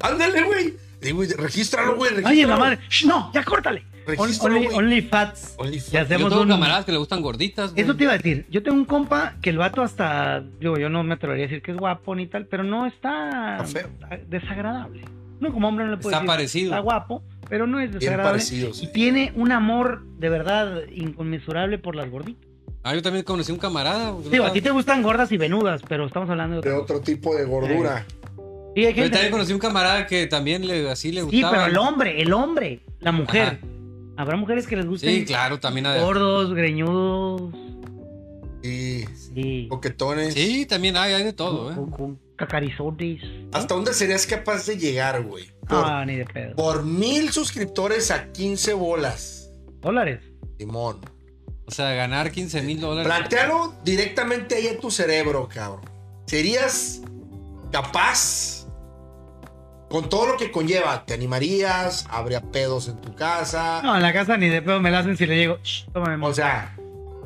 Ándale, güey. Sí, güey, regístralo, güey. Oye, regístralo. la madre. Shh, no, ya córtale. On- Regístralo, only- güey. OnlyFats. OnlyFans. Y yo hacemos tengo un- camaradas que le gustan gorditas, güey. Eso te iba a decir. Yo tengo un compa que el vato hasta. Digo, yo no me atrevería a decir que es guapo ni tal, pero no está. Está feo. Desagradable. No, como hombre no le puedo Está decir. parecido. pues, Está guapo, pero no es Bien ¿eh? desagradable. parecidos. eh. Y güey. tiene un amor de verdad inconmensurable por las gorditas. Ah, yo también conocí un camarada. güey. Digo, a ti te gustan gordas y venudas, pero estamos hablando de De otra otro tipo de gordura. cosa. Sí, hay Pero gente- también conocí un camarada que también le, así le Sí, gustaba. pero el hombre, el hombre. La mujer. Habrá mujeres que les gusten Sí, claro, también. hay- gordos, greñudos. Y Sí. coquetones. Sí, también hay, hay de todo, ¿eh? Con, con cacarizotes. ¿Hasta dónde serías capaz de llegar, güey? Por, Ah, ni de pedo. por mil suscriptores a 15 bolas. Dólares. Simón. O sea, ganar 15 mil dólares. Plantealo directamente ahí en tu cerebro, cabrón. ¿Serías capaz? Con todo lo que conlleva, ¿te animarías? ¿Habría pedos en tu casa? No, en la casa ni de pedo me la hacen si le digo, "Shh, tómame, mo". O sea,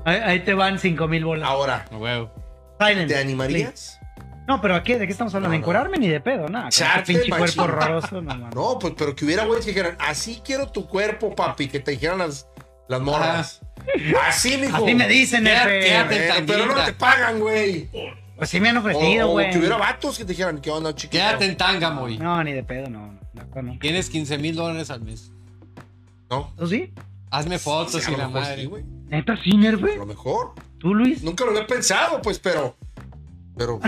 ahí, ahí te van cinco mil bolas. ahora, A huevo. Silent. ¿te animarías? No, pero aquí, ¿de qué estamos hablando? No, ¿De no. encuerarme ni de pedo? Nada. Charte, pinche machín. cuerpo horroroso, no mames. No, pues, pero que hubiera güeyes que dijeran, así quiero tu cuerpo, papi, que te dijeran las, las morras. Así, mijo. Ah. Así me dicen, Quédate, Efe. quédate. Eh, Pero, pero no te pagan, güey. Pues sí me han ofrecido, O, o güey. que hubiera vatos que te dijeran, ¿qué onda, chiquito? Quédate en tanga, Moy. No, ni de pedo, no. no, la verdad no. Tienes 15 mil dólares al mes. No. ¿Tú sí? Hazme fotos Sí, a y lo la mejor sí, madre. güey. ¿Neta sí, Nerfe? A lo mejor. ¿Tú, Luis? Nunca lo había pensado, pues, pero. Pero.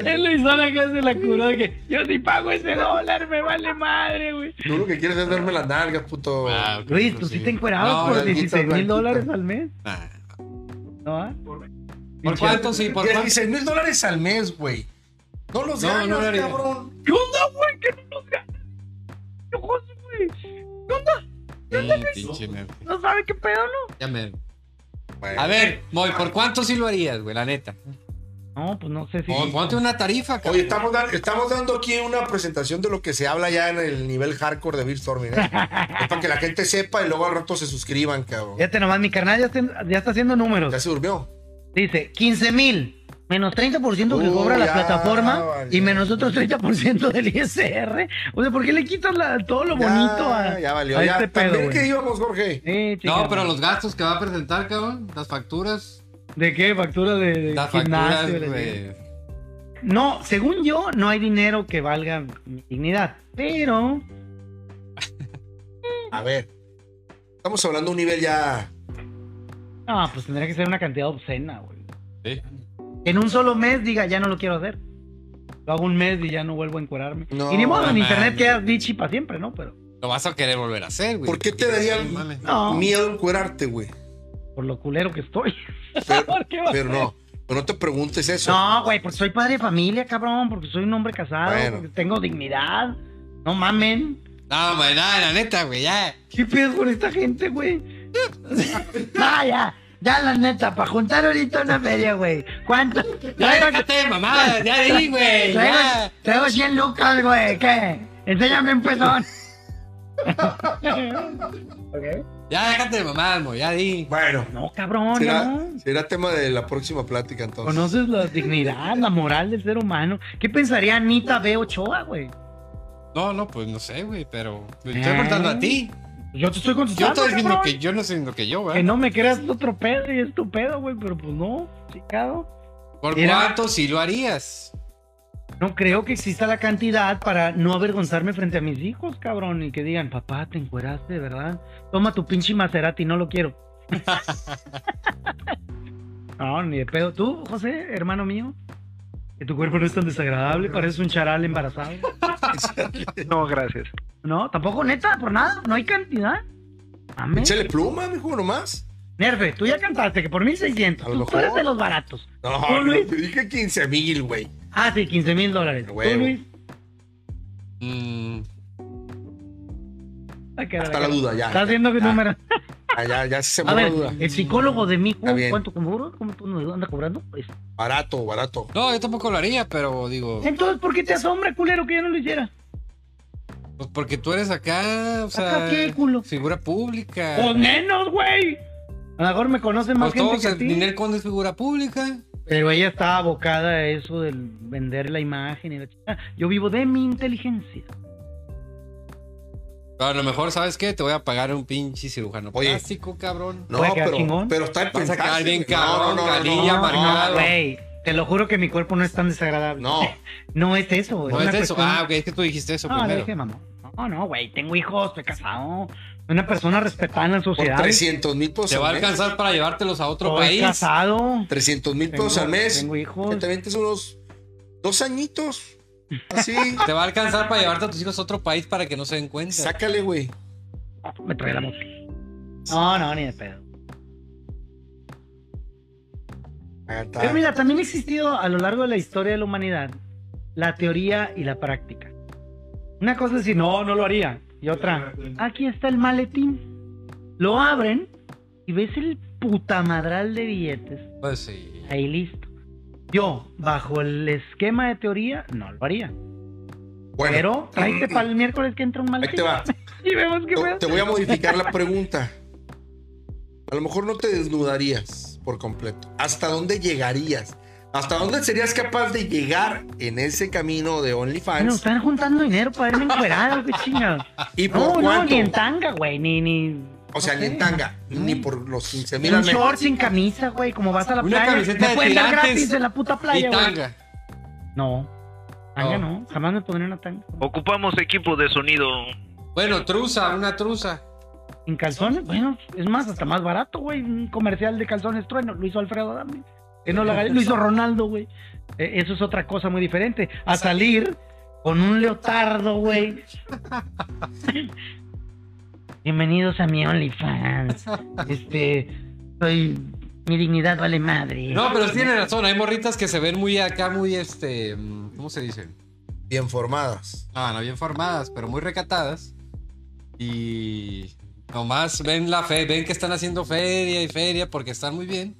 El Eh, Luis ahora que se la curó de que yo sí pago ese dólar, me vale madre, güey. Tú lo que quieres es darme las nalgas, puto. Ah, Luis, pues ¿tú sí te encuerabas No, por blanquita, 16 mil blanquita. dólares al mes? Ah. ¿No? ah? ¿Por cuánto? Sí, por cuánto. 16 mil dólares al mes, güey. No los No, ganas, no lo haría. cabrón. ¿Qué onda, güey? ¿Qué no nos gana? ¿Qué ojos, güey? Sí, pinche Murphy. ¿No sabe qué pedo, no? Ya me- A ver, Moy, ¿por cuánto sí lo harías, güey? La neta. No, pues no sé si... Moy, ponte una tarifa, cabrón. Oye, estamos, dan- estamos dando aquí una presentación de lo que se habla ya en el nivel hardcore de Beatstorming. ¿eh? es para que la gente sepa y luego al rato se suscriban, cabrón. Fíjate nomás, mi carnal ya, está- ya está haciendo números. Ya se durmió. Dice, 15 mil menos 30% que Uh, cobra ya, la plataforma vale. y menos otro 30% del ISR. O sea, ¿por qué le quitas la- todo lo bonito ya, a, ya valió. a Ya. este pedo, También güey? que íbamos, Jorge. Eh, No, chica, pero los gastos que va a presentar, cabrón. Las facturas. ¿De qué? ¿Factura de, de Las facturas, gimnasio? de- güey. No, según yo, no hay dinero que valga mi dignidad. Pero... A ver. Estamos hablando de un nivel ya. No, pues tendría que ser una cantidad obscena, güey. Sí. En un solo mes diga, ya no lo quiero hacer. Lo hago un mes y ya no vuelvo a encuerarme. No, y ni modo, en no internet mames. quedas bichi para siempre, ¿no? Pero Lo vas a querer volver a hacer, güey. ¿Por qué te Sí, darían mames. no, miedo encuerarte, güey? por lo culero que estoy. Pero- ¿Por qué va? Pero no, pero no te preguntes eso. No, güey, porque soy padre de familia, cabrón, porque soy un hombre casado, Bueno. porque tengo dignidad. No mamen. No, güey, nada, la neta, güey, ya. ¿Qué pedo con esta gente, güey? Vaya, ya la neta, para juntar ahorita una media, güey. ¿Cuánto? Ya, Traigo- déjate, mamá, ya de ahí, güey. Traigo, Ya. traigo 100 lucas, güey. ¿Qué? Enséñame un pezón. Ya, déjate, mamá, güey, ya de ahí. Bueno, No, cabrón, será, no. será tema de la próxima plática entonces. ¿Conoces la dignidad, la moral del ser humano? ¿Qué pensaría Anita B. Ochoa, güey? No, no, pues no sé, güey, pero. Me ¿Eh? estoy contando a ti. Yo te estoy Yo contestando, estoy diciendo cabrón. que yo no estoy diciendo que yo, ¿eh? Que güey. no me creas otro pedo y es tu pedo, güey, pero pues no, chicado. ¿Por Mira. cuánto sí lo harías? No creo que exista la cantidad para no avergonzarme frente a mis hijos, cabrón, y que digan, papá, te encueraste, ¿verdad? Toma tu pinche Maserati, no lo quiero. no, ni de pedo. ¿Tú, José, hermano mío? Que tu cuerpo no es tan desagradable, pareces un charal embarazado. No, gracias. No, tampoco, neta, por nada, no hay cantidad. Mames. Échale pluma, mijo, nomás. Nerve, tú ya cantaste que por A 1600, lo tú, tú mejor. eres de los baratos. No, Tú, no, Luis. te dije 15 mil, güey. Ah, sí, 15 mil dólares. ¿Tú, Huevo. Luis? Mm, Ay, cara, Está cara. la duda, Ah. ya. ¿Estás viendo qué Ya, número? Ya, ya, ya se A mueve la ver, duda. el psicólogo de Mico, Está bien. ¿cuánto cobró? ¿Cómo tú no andas cobrando? Pues, Barato, barato. No, yo tampoco lo haría, pero digo. Entonces, ¿por qué te asombra, culero, que yo no lo hiciera? Pues porque tú eres acá, o sea. Acá, ¿qué, culo? Figura pública. ¡Pues menos, güey! A lo mejor me conocen más Pues gente todos, que a ti. Ninel Conde es figura pública. Pero ella está abocada a eso del vender la imagen y la chica. Yo vivo de mi inteligencia. A lo mejor, ¿sabes qué? Te voy a pagar un pinche cirujano Oye. plástico, cabrón. No, ¿Puede quedar pero, chingón? pero está el Vas a quedar pensaje, bien güey. No, cabrón, no, no, Galilla, no, marcado. güey. Te lo juro que mi cuerpo no es tan desagradable. No, No es eso. No Pues, una es eso. cuestión- Ah, ok, es que tú dijiste eso No, le primero. dije, mamá. No, no, güey. Tengo hijos, estoy casado. Una persona respetada en la por sociedad. 300 mil pesos Te va a al mes. alcanzar para llevártelos a otro Estoy país. casado. 300 mil Tengo, pesos al mes. tengo Que hijos. te avientes unos dos añitos. Así. Te va a alcanzar para llevarte a tus hijos a otro país para que no se den cuenta. Sácale, güey. Me trae la moto. No, no, ni de pedo. Ah, está. Pero mira, también ha existido a lo largo de la historia de la humanidad la teoría y la práctica. Una cosa es decir, no, no lo haría. Y otra, aquí está el maletín. Lo abren y ves el putamadral de billetes. Pues sí. Ahí listo. Yo, bajo el esquema de teoría, no lo haría. Bueno, Pero tráete para el miércoles que entra un ahí maletín. te va. Y vemos qué Te, pedo. te voy a modificar la pregunta. A lo mejor no te desnudarías por completo. ¿Hasta dónde llegarías? ¿Hasta dónde serías capaz de llegar en ese camino de Bueno, OnlyFans? están juntando dinero para irme encuerado, qué chingado. ¿Y por No, no, cuánto? ni en tanga, güey, ni, ni... o sea, ni en tanga, ni por los 15 Ni mil un short, sin camisa, güey, como vas a la Una playa. camiseta Me de pueden dar tirantes gratis en la puta playa, Y güey. tanga. No, tanga No. no, jamás me pondré una tanga. Ocupamos equipo de sonido. Bueno, truza, una truza. ¿En calzones? Bueno, pues, es más, hasta más barato, güey. Un comercial de calzones trueno. Lo hizo Alfredo Adame. Que no lo, haga- lo hizo Ronaldo, güey. Eh, eso es otra cosa muy diferente. A salir con un leotardo, güey. Bienvenidos a mi OnlyFans. Este, soy. Mi dignidad vale madre. No, pero tiene razón. Hay morritas que se ven muy acá, muy este. mm, ¿Cómo se dice? bien formadas. Ah, no, bien formadas, pero muy recatadas. Y. Nomás ven la fe, ven que están haciendo feria y feria porque están muy bien.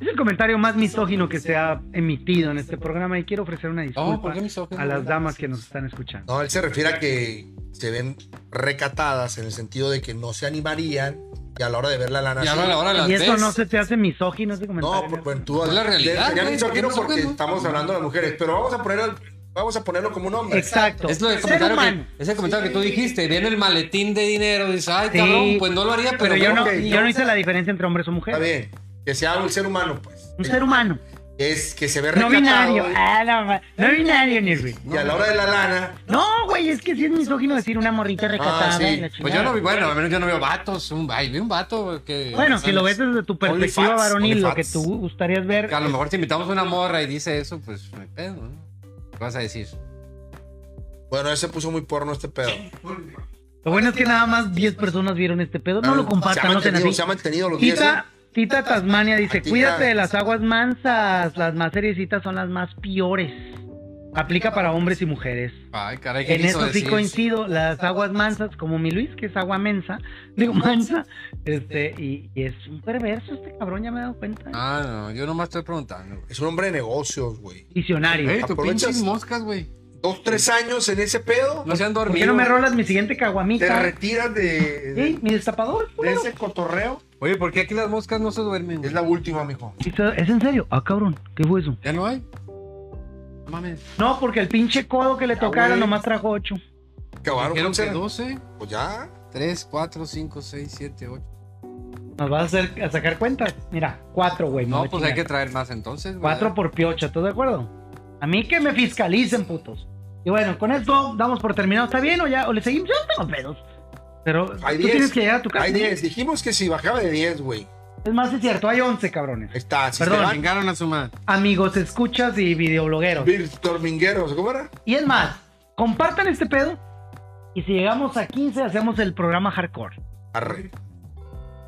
Es el comentario más misógino que se ha emitido en este programa y quiero ofrecer una No, Oh, ¿por disculpa qué mis ojos? a las damas que nos están escuchando. No, él se refiere a que se ven recatadas en el sentido de que no se animarían y a la hora de ver la lana. Y sí. ahora, ahora las Y eso ves. no se te hace misógino ese comentario. No, por- bueno, tú Es la realidad, Ya güey, misógino ¿por qué no se porque puede? estamos hablando de las mujeres, pero vamos a poner al- vamos a ponerlo como un hombre. Exacto. Es lo del Ser comentario, humano. que, es el comentario que tú dijiste. Viene el maletín de dinero. Dices, ay, Sí, cabrón, pues no lo haría, pero, Pero yo creo no, que- ok, yo no hice la diferencia entre hombres o Está mujeres. bien. Que sea un ser humano, pues. Un ser humano. Es que se ve No recatado. eh. binario. Ah, la ma- no binario, ni güey. Y a la hora de la lana, No, güey, es que sí es misógino decir una morrita recatada. Ah, sí. y la Pues chingada. yo no vi, bueno, al menos yo no veo vatos. Un, ay, vi un vato que. Bueno, si ¿sabes? lo ves desde tu perspectiva Only facts, varonil, only lo que facts. tú gustarías ver. Que a lo mejor si invitamos una morra y dice eso, pues me pedo, ¿no? ¿Qué vas a decir? bueno, ese puso muy porno este pedo. Lo bueno es que nada más 10 personas vieron este pedo. No lo se ha compartan, no sean mantenido, así. se ha mantenido los días. ¿eh? Tita, Tita Tasmania dice, Ah, Tita. cuídate de las aguas mansas. Las más seriecitas son las más peores. Aplica para hombres y mujeres. Ay, caray, ¿qué En quiso eso sí decir? coincido, las aguas mansas, como mi Luis, que es agua mensa, digo mansa, este, y, y es un perverso este cabrón, ya me he dado cuenta. Ah, no, yo nomás estoy preguntando, güey. Es un hombre de negocios, güey. Visionario. Ey, tus aprovechas- pinches moscas, güey. Dos, tres años en ese pedo, No se han ¿Por dormido. qué no me güey. rolas mi siguiente te caguamita? retiras de, ¿Sí? de, ¿Mi destapador? de culero? ese cotorreo. Oye, ¿por qué aquí las moscas no se duermen? Es güey? la última, mijo. Eso- ¿Es en serio? Ah, cabrón, ¿qué fue eso? ¿Ya no hay? No mames. No, porque el pinche codo que le tocaron güey. nomás trajo ocho. Acabaron Dijeron con que ser- 12, Pues ya. 3, 4, 5, 6, 7, 8. ¿Nos vas a, hacer, a sacar cuentas? Mira, cuatro, güey. me voy No, a pues hay que chingar. traer más entonces, güey. Ah, Cuatro por piocha, ¿estás de acuerdo? A mí que me fiscalicen, putos. Y bueno, con esto damos por terminado. ¿Está bien o ya? ¿O le seguimos? Yo no tengo pedos. Pero Hay tú diez. tienes que llegar a tu casa. Hay 10. Dijimos que si bajaba de 10, güey. Es más, es cierto, hay 11 cabrones. Ahí está. Si Perdón. te van- Chingaron a su madre. Amigos, escuchas y videoblogueros. Víctor Mingueros, ¿cómo era? Y es más, compartan este pedo. Y si llegamos a 15, hacemos el programa hardcore. Arre.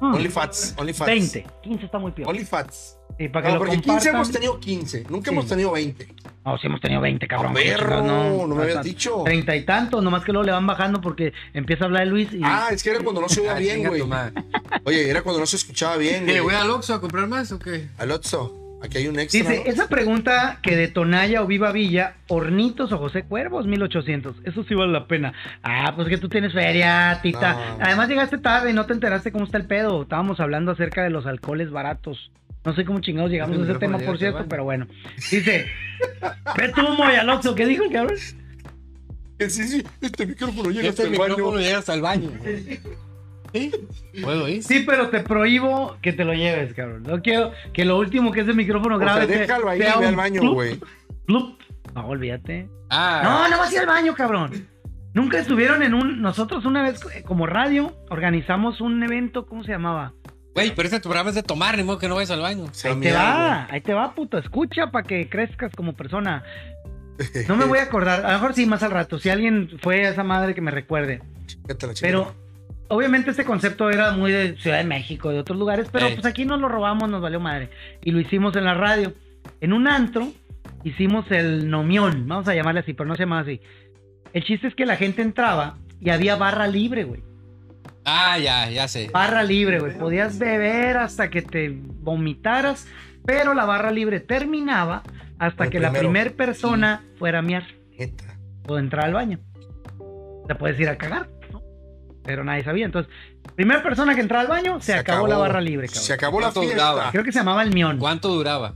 Mm, Only Fats. Only Fats. 20. 15 está muy peor. Only Fats. Sí, para que No, lo porque 15 compartan. hemos tenido 15. Nunca Sí. hemos tenido 20. No, sí hemos tenido 20, cabrón. qué Perro, chingados, no, me habías hasta dicho. 30 y tantos, nomás que luego le van bajando porque empieza a hablar de Luis y... Ah, es que era cuando no se oía Ah, bien, chinga güey. tu madre. Oye, era cuando no se escuchaba bien, ¿Qué, ¿Le Eh, voy güey. al Oxxo a comprar más o qué? Al Otso, aquí hay un extra. Dice, ¿no? esa pregunta que de Tonaya o Viva Villa, Hornitos o José Cuervos, 1800. Eso sí vale la pena. Ah, pues que tú tienes feria, tita. No. Además llegaste tarde, no te enteraste cómo está el pedo. Estábamos hablando acerca de los alcoholes baratos. No sé cómo chingados llegamos Ese a ese micrófono tema, ya por se cierto, va. pero bueno. Dice, ve tú, Moy Alonso, ¿qué dijo el cabrón? Que Sí, sí, este micrófono llega hasta Este el baño. micrófono llega hasta el baño. güey. ¿Sí? ¿Puedo ir? Sí, pero te prohíbo que te lo lleves, cabrón. No quiero que lo último que ese micrófono O sea, grabe sea- déjalo ahí, ve sea un al baño, plup, güey. plup. No, olvídate. Ah, No, no vas a ir al baño, cabrón. Nunca estuvieron en un. Nosotros una vez eh, como radio organizamos un evento, ¿cómo se llamaba? güey, pero este programa es de tomar, ni modo que no vayas al baño. Se Ahí te mira, va, ahí te va, puto. Escucha para que crezcas como persona. No me voy a acordar. A lo mejor sí, más al rato. Si alguien fue a esa madre que me recuerde. Fíjate la chingada. Pero obviamente este concepto era muy de Ciudad de México, de otros lugares, pero Ey. pues aquí nos lo robamos, nos valió madre. Y lo hicimos en la radio. En un antro hicimos el nomión, vamos a llamarle así, pero no se llama así. El chiste es que la gente entraba y había barra libre, güey. Ah, ya, ya sé. Barra libre, güey. Podías beber hasta que te vomitaras, pero la barra libre terminaba hasta El que la primero. primera persona fuera a miar Neta. o entrar al baño. Te puedes ir a cagar, ¿no? Pero nadie sabía. Entonces, primera persona que entraba al baño, se, acabó, la barra libre, cabrón. Se acabó la ¿Cuánto fiesta. duraba? Creo que se llamaba el mión. ¿Cuánto duraba?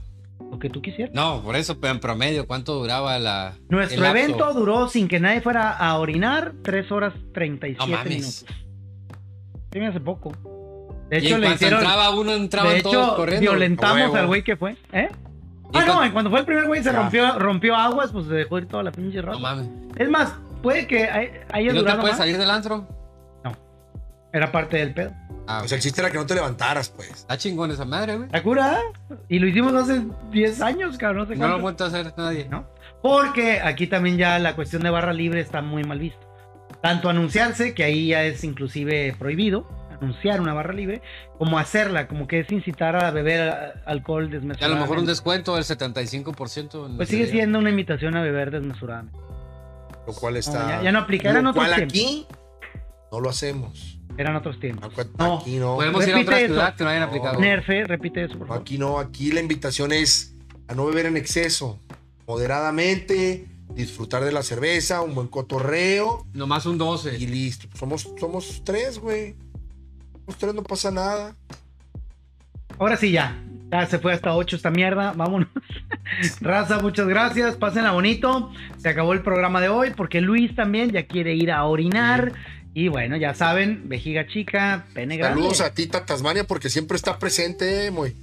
Lo que tú quisieras. No, por eso, pero en promedio, ¿cuánto duraba la. Nuestro el lapso? evento duró sin que nadie fuera a orinar 3 horas 37 No mames. minutos. Sí, hace poco. De y hecho, en le cuanto hicieron. entraba uno, entraban De todos hecho, corriendo. violentamos Huevo. al güey que fue. ¿Eh? Y Ah, no, cuan- en cuando fue el primer güey se Ya. rompió, rompió aguas, pues se dejó ir toda la pinche No ropa. mames. es más, puede que a- a ¿Y ellos no te duraron puedes más. salir del antro? Era parte del pedo. Ah, O sea, el chiste era que no te levantaras, pues. está chingón esa madre, güey. ¿La cura? Y lo hicimos hace 10 años, cabrón. No sé No lo ha vuelto cuánto. a hacer nadie. No. Porque aquí también ya la cuestión de barra libre está muy mal visto. Tanto anunciarse, que ahí ya es inclusive prohibido, anunciar una barra libre, como hacerla, como que es incitar a beber a- alcohol Y a lo desmesuradamente. mejor un descuento del 75%. en Pues sigue realidad. siendo una invitación a beber desmesuradamente. Lo cual No, está. ya, ya no aplica, eran lo otros cual tiempos. aquí no lo hacemos. Eran otros tiempos. No. Aquí no. Podemos ir a Repite otra eso. ciudad que no hayan No. aplicado. Nerfe, repite eso, por favor. Aquí no. Aquí la invitación es a no beber en exceso. Moderadamente, disfrutar de la cerveza, un buen cotorreo Nomás un 12. y listo. Somos, somos tres, güey. Somos tres, no pasa nada. Ahora sí ya. Ya se fue hasta 8 esta mierda. Vámonos. Raza, muchas gracias. Pásenla bonito. Se acabó el programa de hoy porque Luis también ya quiere ir a orinar. Y bueno, ya saben, vejiga chica, pene grande. Saludos a Tita Tasmania porque siempre está presente, eh, muy.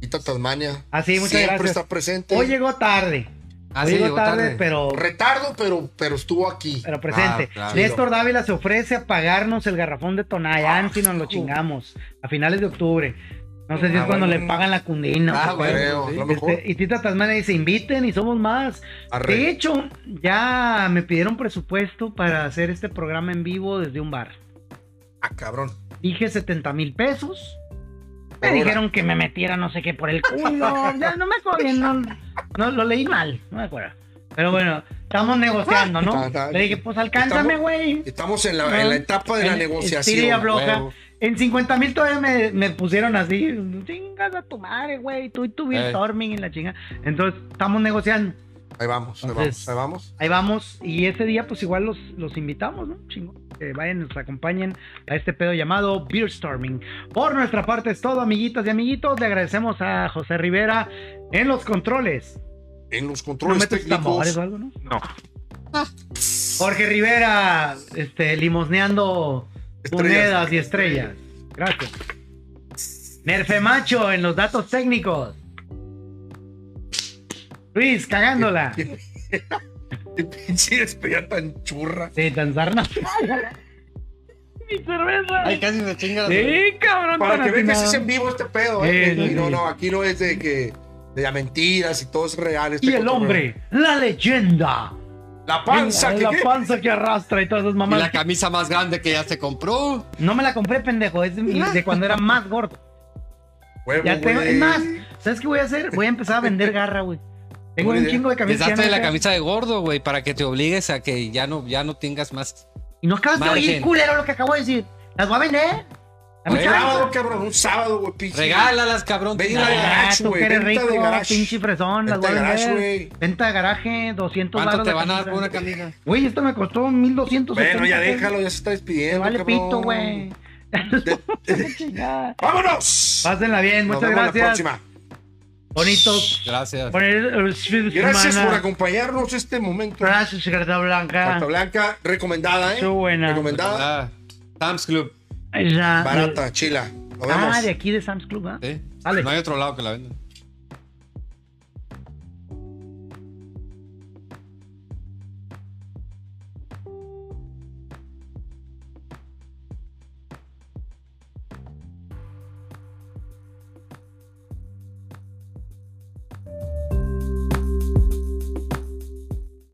Tita Tasmania. Ah, sí, muchas siempre gracias. está presente. Hoy llegó tarde. Ah, Hoy sí, llegó tarde, pero, retardo, pero, pero estuvo aquí. pero pues, presente. Ah, claro. Néstor Dávila se ofrece a pagarnos el garrafón de Tonayán si nos lo chingamos a finales de octubre. No sé si es Ah, cuando bueno. le pagan la cundina. Ah, No bueno, creo, sí. a lo Este, mejor. y Tita Tasmania dice, inviten y somos más. Arre. De hecho, ya me pidieron presupuesto para hacer este programa en vivo desde un bar. Ah, cabrón. Dije 70 mil pesos. Me Ahora. dijeron que me metiera no sé qué por el culo. ya no me acuerdo bien, no, no, lo leí mal, no me acuerdo. Pero bueno, estamos negociando, ¿no? Ajá. Le dije, pues alcánzame, Ah, Estamos- güey. Estamos en la, en la etapa de la En- negociación. estira y afloja. huevo. En 50 mil todavía me, me pusieron así, chingas a tu madre, güey, tú y tu brainstorming y la chinga. Entonces, estamos negociando. Ahí vamos, ahí Entonces- vamos, ahí vamos. Ahí vamos. Y ese día, pues igual los, los invitamos, ¿no? Chingón. Que vayan, nos acompañen a este pedo llamado Beerstorming. Por nuestra parte es todo, amiguitas y amiguitos. Le agradecemos a José Rivera en los controles. En los ¿No controles metes tambores técnicos. o algo, no? No. Jorge Rivera, este, limosneando Estrellas. monedas y estrellas. Gracias. Nerfe Macho en los datos técnicos. Luis, cagándola. Qué pinche despedida tan churra. Sí, tan sarna. Mi cerveza. Ay, casi me chinga la Sí, cabrón. Para tan que vean que sí atinado. es en vivo este pedo. Sí, ¿eh? sí, Y no, sí. no, aquí no es de que. De las mentiras y todo es real. este Y el cotorreo. hombre, la leyenda. La panza la, que. la panza que arrastra y todas esas Y la mamás. camisa más grande que ya se compró. No me la compré, pendejo. Es de, mi- Ah. de cuando era más gordo. Huevo, Ya tengo. güey. Es más, ¿sabes qué voy a hacer? Voy a empezar a vender garra, güey. Tengo Buena un idea. chingo de camisas. que Deshazte ya de no la me quedan. camisa de gordo, güey, para que te obligues a que ya no, ya no tengas más. Y no acabas de oír, Margen. culero, lo que acabo de decir. Las voy a vender. Dame Un Oye, chance. sábado, cabrón. Un sábado, güey, pinche. Regálalas, cabrón. Ve y Ah, la- de garage, tú güey, que eres venta de rico, garage. pinche fresón, las voy Venta a de garage, vender. güey. Venta de garaje, 200 ¿Cuánto baros te van a dar por una camisa? Güey, esto me costó 1200 Bueno, ya déjalo, ya se está Te despidiendo. vale cabrón. pito, güey. ¡Vámonos! Pásenla bien, Nos muchas vemos la gracias. próxima. Bonitos. Gracias. Gracias Gracias por acompañarnos este momento. Gracias, Secretaria Blanca. Carta blanca, recomendada, ¿eh? Qué buena. Recomendada. Ah, Sam's Club. Esa- Barata, chila. Nos vemos. Ah, de aquí de Sam's Club, ¿ah? ¿sí? Sale. ¿eh? No hay otro lado que la vendan.